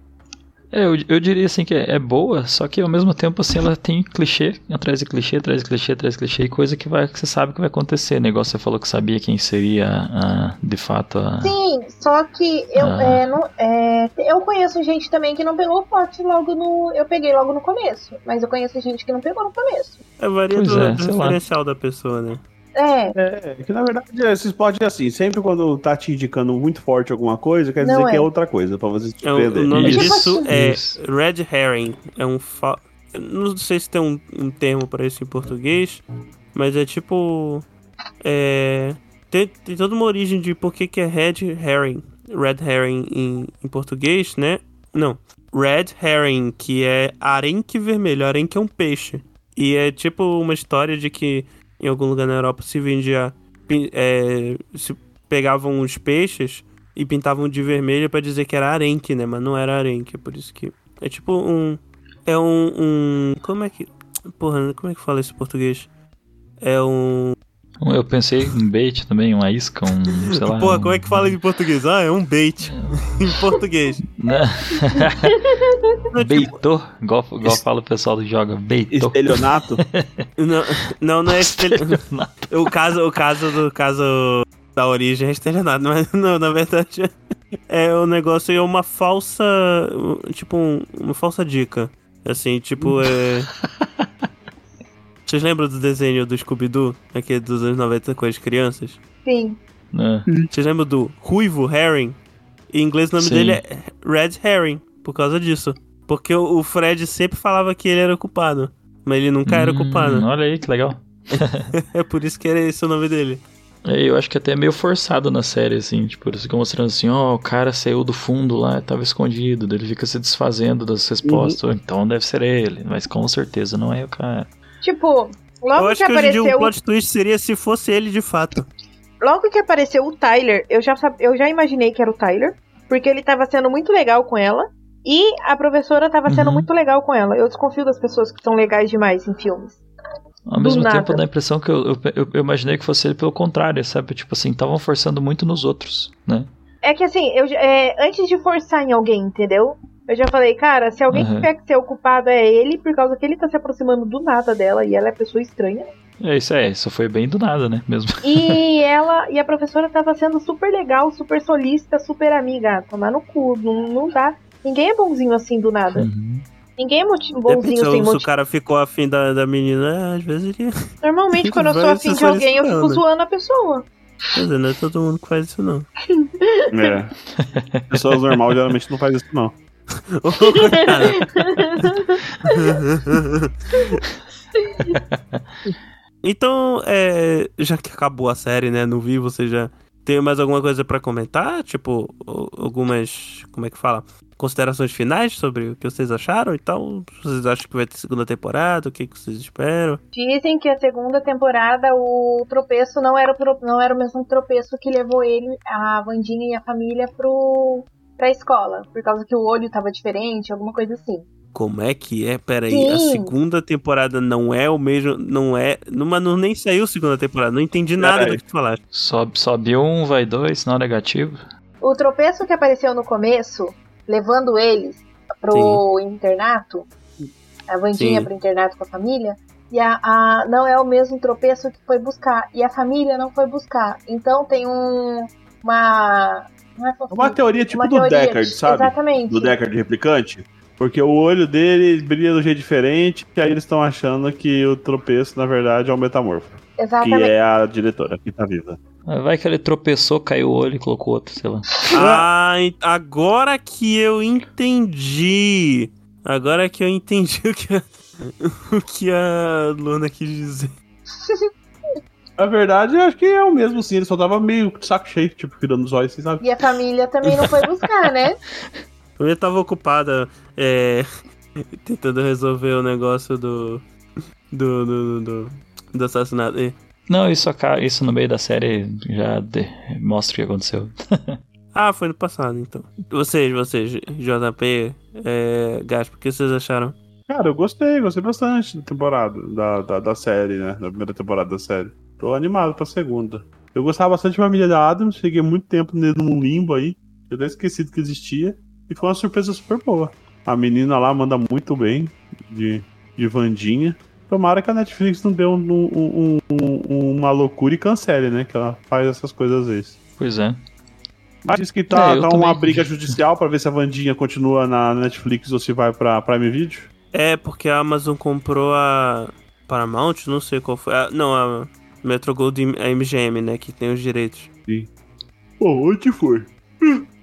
É, eu, eu diria assim que é, é boa, só que ao mesmo tempo assim ela tem clichê atrás de clichê, atrás de clichê, atrás de clichê, e coisa que, vai, que você sabe que vai acontecer. Negócio, você falou que sabia quem seria a- de fato a. Sim, só que eu, Ah. é, não- é, eu conheço gente também que não pegou o pote logo no. Eu peguei logo no começo, mas eu conheço gente que não pegou no começo. É varia Pois do, é, do sei lá. referencial da pessoa, né? É, É, que na verdade esse spot é assim, sempre quando tá te indicando muito forte alguma coisa, quer Não dizer é. que é outra coisa, pra você se É, o, o surpreender. nome Isso. disso é Isso. Red Herring. É um. Fa... eu Não sei se tem um, um termo pra isso em português, mas é tipo. É... Tem, tem toda uma origem de por que, que é Red Herring. Red Herring em, em português, né? Não. Red Herring, que é arenque vermelho. Arenque é um peixe. E é tipo uma história de que em algum lugar na Europa se vendia. pin- é, se pegavam os peixes e pintavam de vermelho pra dizer que era arenque, né? Mas não era arenque, por isso que. É tipo um. É um. um como é que. Porra, como é que fala isso em português? É um. Eu pensei um bait também, uma isca, um, sei lá. Porra, um- como é que fala em português? Ah, é um bait. em português. Né? Não, tipo, Beitou, igual, igual fala o pessoal que joga, beitou. Estelionato? Não, não, não é estelionato. O caso, o caso do caso da origem é estelionato, mas não, na verdade é o negócio é uma falsa, tipo um- uma falsa dica, assim, tipo é. Vocês lembram do desenho do Scooby-Doo? Aquele dos anos 90 com as crianças? Sim. Né? Vocês lembram do Ruivo Herring? Em inglês o nome Sim. dele é Red Herring, por causa disso. Porque o o Fred sempre falava que ele era o culpado, mas ele nunca era o Hum, é culpado. Olha aí que legal. É por isso que era esse o nome dele. É, eu acho que até é meio forçado na série, assim, tipo, eles ficam mostrando assim, ó, o cara saiu do fundo lá, tava escondido, daí ele fica se desfazendo das respostas, ou então deve ser ele, mas com certeza não é o cara. Tipo, eu logo acho que que, hoje em dia apareceu. um plot twist seria se fosse ele de fato. Logo que apareceu o Tyler, eu já, sab- eu já imaginei que era o Tyler, porque ele tava sendo muito legal com ela. E a professora tava sendo Uhum. muito legal com ela. Eu desconfio das pessoas que são legais demais em filmes. Ao mesmo nada. tempo, dá a impressão que eu, eu, eu- eu imaginei que fosse ele pelo contrário, sabe? Tipo assim, estavam forçando muito nos outros, né? É que assim, eu, já- é, antes de forçar em alguém, entendeu? Eu já falei, cara, se alguém Uhum. tiver que ser o culpado é ele, por causa que ele tá se aproximando do nada dela e ela é pessoa estranha. É isso aí, isso foi bem do nada, né? Mesmo. E ela e a professora tava sendo super legal, super solista, super amiga. Ah, Tomar no cu, não, não dá. Ninguém é bonzinho assim do nada. Ninguém é moti- Depende, se, bonzinho sem o- se o motivo. cara ficou afim da, da menina, é, às vezes ele. Normalmente, Fica quando eu sou várias afim de pessoas né? alguém, eu fico esperando. zoando a pessoa. Quer dizer, não é todo mundo que faz isso, não. É. Pessoas normais geralmente não faz isso, não. Ô, coitada. então, é, já que acabou a série, né? Não vi, você já. Tem mais alguma coisa pra comentar? Tipo, o- algumas. Como é que fala? Considerações finais sobre o que vocês acharam e tal? Vocês acham que vai ter segunda temporada? O que, que vocês esperam? Dizem que a segunda temporada o tropeço não era o, tro- não era o mesmo tropeço que levou ele, a Vandinha e a família pro, pra escola. Por causa que o olho tava diferente, alguma coisa assim. Como é que é? Pera aí, Sim. a segunda temporada não é o mesmo. Não é. Não, mas não nem saiu a segunda temporada. Não entendi nada Peraí. do que tu falaste. Sobe, sobe um, vai dois, sinal negativo. O tropeço que apareceu no começo, levando eles pro internato, a Vandinha Sim. pro internato com a família, e a, a- não é o mesmo tropeço que foi buscar. E a família não foi buscar. Então tem um. Uma. Não é É uma teoria tipo do teoria, Deckard, sabe? Exatamente. Do Deckard replicante. Porque o olho dele brilha de um jeito diferente, e aí eles estão achando que o tropeço, na verdade, é o metamorfo. Que Exatamente. é a diretora, que tá viva. Ah, Vai que ele tropeçou, caiu o olho e colocou outro, sei lá. Ah, en- agora que eu entendi. Agora que eu entendi o que a, o que a Luna quis dizer. Na verdade, eu acho que é o mesmo, sim. Ele só tava meio de saco cheio, tipo, virando os olhos, assim, sabe? E a família também não foi buscar, né? A família tava ocupada é, tentando resolver o negócio do. do. do, do, do assassinato. E- Não, isso, aca- isso no meio da série já de- mostra o que aconteceu. Ah, foi no passado, então. Vocês, vocês, JP, é, Gaspo, o que vocês acharam? Cara, eu gostei, gostei bastante da temporada, da, da, da série, né? Da primeira temporada da série. Tô animado pra segunda. Eu gostava bastante da família da Adams, cheguei muito tempo nele num limbo aí. Eu até esquecido que existia. E foi uma surpresa super boa. A menina lá manda muito bem, de, de Vandinha. Tomara que a Netflix não dê um- um- um- um- uma loucura e cancele, né? Que ela faz essas coisas às vezes. Pois é. Mas diz que tá, É, eu tá uma também. briga judicial pra ver se a Vandinha continua na Netflix ou se vai pra Prime Video. É, porque a Amazon comprou a Paramount, não sei qual foi. a- não, a Metro Gold, a MGM, né, que tem os direitos. Bom, onde for.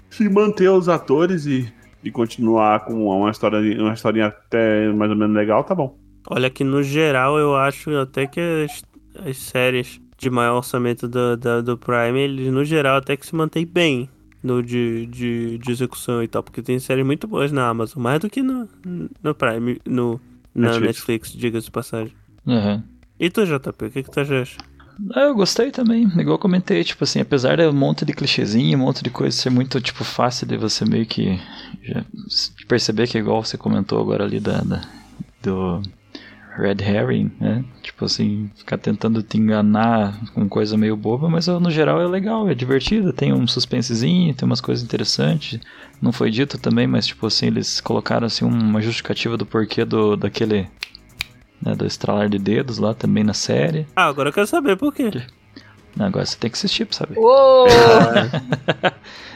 Se manter os atores e, e continuar com uma história, uma historinha até mais ou menos legal, tá bom. Olha que no geral eu acho até que as, as séries de maior orçamento do, da- do Prime, eles no geral até que se mantêm bem. no de, de, de execução e tal, porque tem séries muito boas na Amazon, mais do que no, no Prime, no, na Netflix. Netflix, diga-se de passagem. Aham. E tu, JP, o que, que tu já acha? Ah, Eu gostei também, igual eu comentei, tipo assim, apesar de um monte de clichêzinho, um monte de coisa ser muito, tipo, fácil de você meio que já s- perceber que é igual você comentou agora ali da, da- do Red Herring, né? Tipo assim, ficar tentando te enganar com coisa meio boba, mas ó, no geral é legal, é divertido, tem um suspensezinho, tem umas coisas interessantes. Não foi dito também, mas tipo assim, eles colocaram assim uma justificativa do porquê do, daquele, né, do estralar de dedos lá também na série. Ah, agora eu quero saber por quê. Não, agora você tem que assistir pra saber. Uou!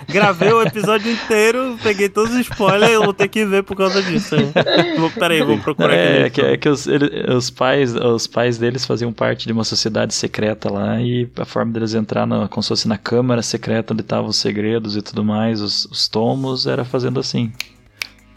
Gravei o episódio inteiro, peguei todos os spoilers eu vou ter que ver por causa disso. hein? Vou, peraí, vou procurar É, é aqui. que, é que os, ele- os pais, os pais deles faziam parte de uma sociedade secreta lá e a forma deles entrar na, como se fosse na câmara secreta onde estavam os segredos e tudo mais, os, os tomos, era fazendo assim.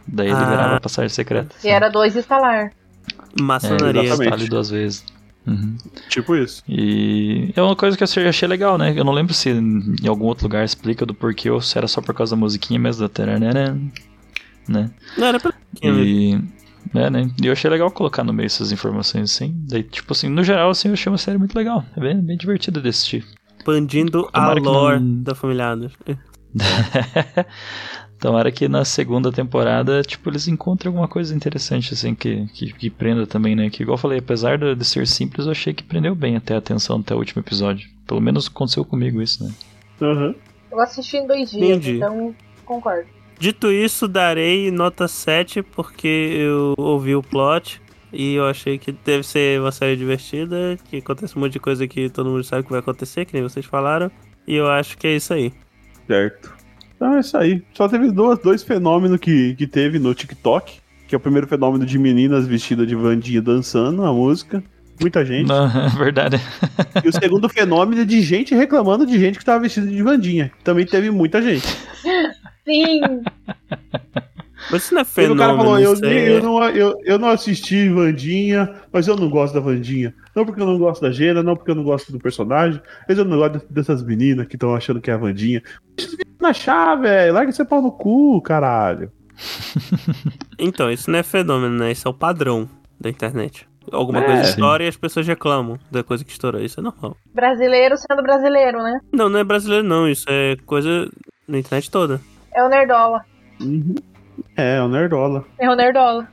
Daí ele Ah. virava a passagem secreta. E era dois instalar. é, Maçonaria. ele exatamente. ali duas vezes. Uhum. Tipo isso. E é uma coisa que eu achei- achei legal, né? Eu não lembro se em algum outro lugar explica do porquê ou se era só por causa da musiquinha mesmo da tararana, né? Não, era pra... né? E, é, né? E eu achei legal colocar no meio essas informações, assim. Daí, tipo assim, no geral, assim, eu achei uma série muito legal. É bem, bem divertida de assistir. Expandindo a Tomara que não- lore da família Adams. Tomara que na segunda temporada, tipo, eles encontrem alguma coisa interessante, assim, que, que, que prenda também, né? Que, igual eu falei, apesar de de ser simples, eu achei que prendeu bem até a atenção até o último episódio. Pelo menos aconteceu comigo isso, né? Aham. Eu assisti em dois dias, Entendi. então concordo. Dito isso, darei nota 7 porque eu ouvi o plot e eu achei que deve ser uma série divertida, que acontece um monte de coisa que todo mundo sabe que vai acontecer, que nem vocês falaram, e eu acho que é isso aí. Certo. Então é isso aí. Só teve duas, dois fenômenos que, que teve no TikTok, que é o primeiro fenômeno de meninas vestidas de Vandinha dançando a música. Muita gente. Não, é verdade. E o segundo fenômeno é de gente reclamando de gente que tava vestida de Vandinha. Também teve muita gente. Sim! Mas isso não é E o cara falou, fenômeno, eu, isso é- eu não, eu, eu não assisti Vandinha, mas eu não gosto da Vandinha. Não porque eu não gosto da Gena, não porque eu não gosto do personagem, mas eu não gosto dessas meninas que estão achando que é a Vandinha. Deixa as meninas achar, velho. Larga esse pau no cu, caralho. Então, isso não é fenômeno, né? Isso é o padrão da internet. Alguma coisa sim. estoura e as pessoas reclamam da coisa que estourou. Isso é normal. Brasileiro sendo brasileiro, né? Não, não é brasileiro, não. Isso é coisa na internet toda. É o Nerdola. Uhum. É, é o Nerdola. É o Nerdola.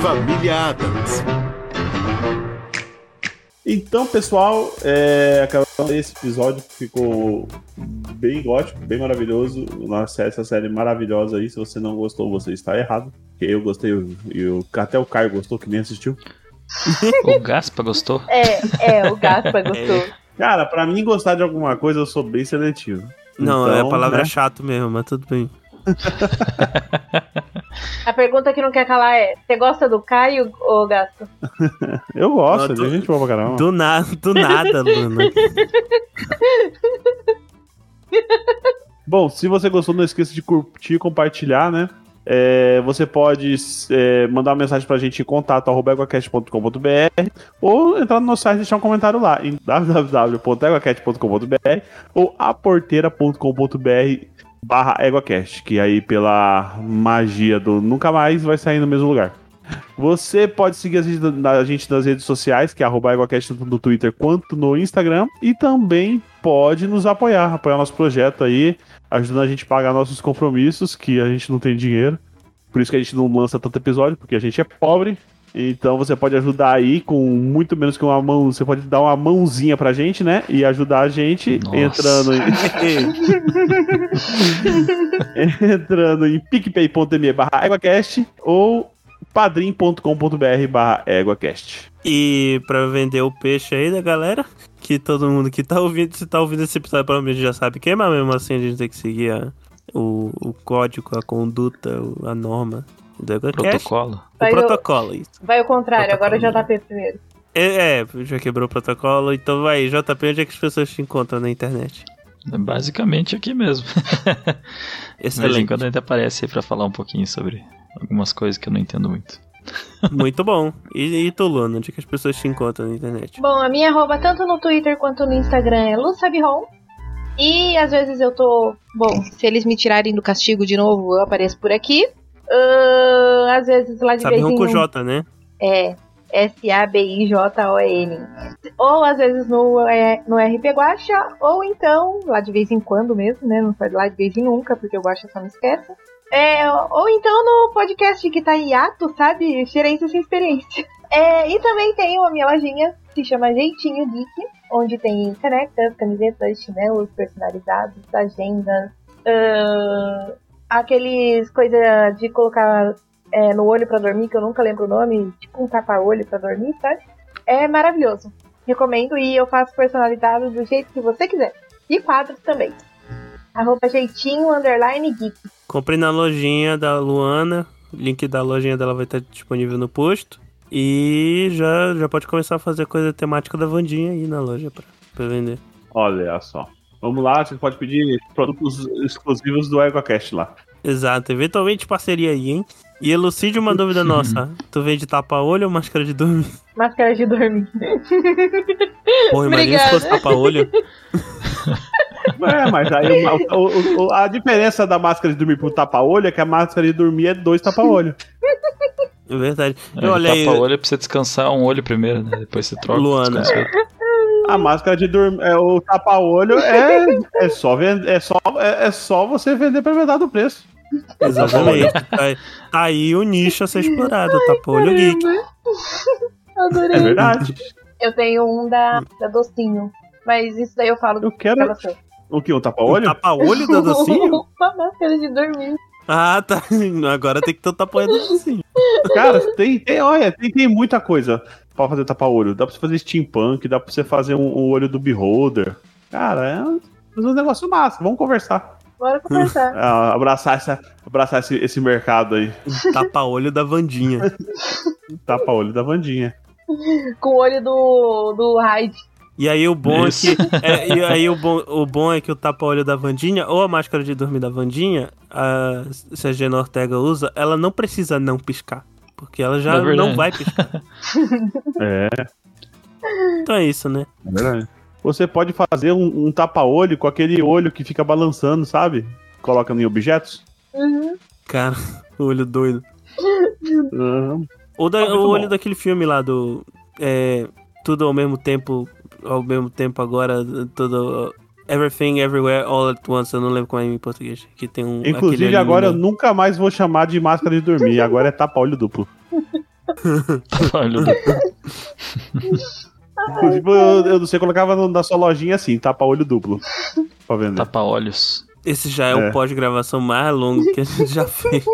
Família Adams. Então, pessoal, é, acabou esse episódio que ficou bem gótico, bem maravilhoso. Nossa, essa série maravilhosa aí. Se você não gostou, você está errado. Porque eu gostei, e o- até o Caio gostou, que nem assistiu. O Gaspa gostou? É, é, o Gaspa gostou. Cara, pra mim gostar de alguma coisa, eu sou bem seletivo. Não, Então, é a palavra né? chato mesmo, mas tudo bem. É. A pergunta que não quer calar é: você gosta do Caio ou Gaspa? Eu gosto, Não, ele do- é gente boa pra caramba. Do, na... do nada, Luna. Bom, se você gostou, não esqueça de curtir e compartilhar, né? É, você pode é, mandar uma mensagem pra gente em contato arroba eguacast.com.br ou entrar no nosso site e deixar um comentário lá em www.eguacast.com.br ou aporteira.com.br barra eguacast, que aí pela magia do nunca mais vai sair no mesmo lugar. Você pode seguir a gente, na- a gente nas redes sociais, que é arroba eguacast, tanto no Twitter quanto no Instagram, e também pode nos apoiar, apoiar nosso projeto aí, ajudando a gente a pagar nossos compromissos, que a gente não tem dinheiro. Por isso que a gente não lança tanto episódio, porque a gente é pobre. Então você pode ajudar aí com muito menos que uma mão. Você pode dar uma mãozinha pra gente, né? E ajudar a gente Nossa. entrando em entrando em picpay.me barra EguaCast ou padrim.com.br barra EguaCast. E pra vender o peixe aí da galera, que todo mundo que tá ouvindo, se tá ouvindo esse episódio, provavelmente já sabe quem, mas mesmo assim a gente tem que seguir a- o, o código, a conduta, o- a norma do EgoCast. Protocolo? O Vai o- protocolo, isso. Vai o contrário, agora já tá primeiro. É, é, já quebrou o protocolo, então vai, JP, onde é que as pessoas te encontram na internet? É Basicamente aqui mesmo. De vez em Excelente. quando a gente aparece aí pra falar um pouquinho sobre algumas coisas que eu não entendo muito. Muito bom. E, e tu, Luna, onde é que as pessoas te encontram na internet? Bom, a minha arroba tanto no Twitter quanto no Instagram é LuSabiron. E às vezes eu tô. Bom, se eles me tirarem do castigo de novo, eu apareço por aqui. Ahn, às vezes lá de Sabe vez em Ronco J, né? É. S-A-B-I-J-O-N. Ou às vezes no, é, no RP Guacha, ou então, lá de vez em quando mesmo, né? Não foi lá de vez em nunca, porque o Guacha só me esquece. É, ou então no podcast que tá em ato, sabe? Gerência sem experiência. É, e também tem a minha lojinha, que se chama Jeitinho Geek, onde tem canecas, camisetas, chinelos personalizados, agendas, ahn, aqueles coisa de colocar é, no olho pra dormir, que eu nunca lembro o nome, tipo um tapa-olho pra dormir, sabe? É maravilhoso. Recomendo e eu faço personalizado do jeito que você quiser. E quadros também. Arroba jeitinho, underline geek. Comprei na lojinha da Luana. O link da lojinha dela vai estar disponível no posto. E já, já pode começar a fazer coisa temática da Vandinha aí na loja pra, pra vender. Olha só. Vamos lá, você pode pedir produtos exclusivos do EgoCast lá. Exato, eventualmente parceria aí, hein? E elucide uma dúvida nossa. Tu vende tapa-olho ou máscara de dormir? Máscara de dormir. Porra, imagina se Obrigada. fosse tapa-olho. É, mas aí o- o- o- a diferença da máscara de dormir pro tapa-olho é que a máscara de dormir é dois tapa-olho. É verdade. É, Eu olhei. Tapa o olho pra você descansar um olho primeiro, né? Depois você troca. Luana. descansa o outro. A máscara de dormir. É, o tapa-olho é, é, só vend- é, só, é, é só você vender pra metade do preço. Exatamente. Tá, tá aí o nicho a ser explorado, tapa-olho geek. É Adorei. verdade. Eu tenho um da, da docinho. Mas isso daí eu falo Eu quero. pra você. O que? Um Um tapa-olho? Tapa-olho da docinho? Uma máscara de dormir. Ah, tá. Agora tem que ter o tapa-olho da docinho. Cara, tem, tem, olha, tem, tem muita coisa pra fazer tapa-olho. Dá pra você fazer steampunk, dá pra você fazer um, um olho do beholder. Cara, é um, é um negócio massa. Vamos conversar. Bora Hum. conversar. Ah, abraçar essa, abraçar esse, esse mercado aí. Tapa-olho Tá da Vandinha. Tapa-olho da Vandinha. Com o olho do, do Hyde. E aí o bom Isso. é que. é, e aí o bom, o bom é que o tapa-olho da Vandinha, ou a máscara de dormir da Vandinha, a, se a Gena Ortega usa, ela não precisa não piscar. Porque ela já É verdade. não vai piscar. É, Então é isso, né? é verdade. Você pode fazer um, um tapa-olho com aquele olho que fica balançando, sabe? Coloca em objetos. Uhum. Cara, o olho doido. Uhum. Ou da- Ah, muito o olho bom. daquele filme lá do. é, tudo ao mesmo tempo. Ao mesmo tempo agora. Tudo. Everything, Everywhere, All at Once. Eu não lembro como é em português. Que tem um. Inclusive, aquele agora eu anime, nunca mais vou chamar de máscara de dormir. Agora é tapa-olho duplo. Tapa o olho do- Inclusive, Tipo, eu, eu não sei, eu colocava no- na sua lojinha assim, tapa-olho duplo. Tá Pra vender. Tapa olhos. Esse já é, É. o pós-gravação mais longo que a gente já fez.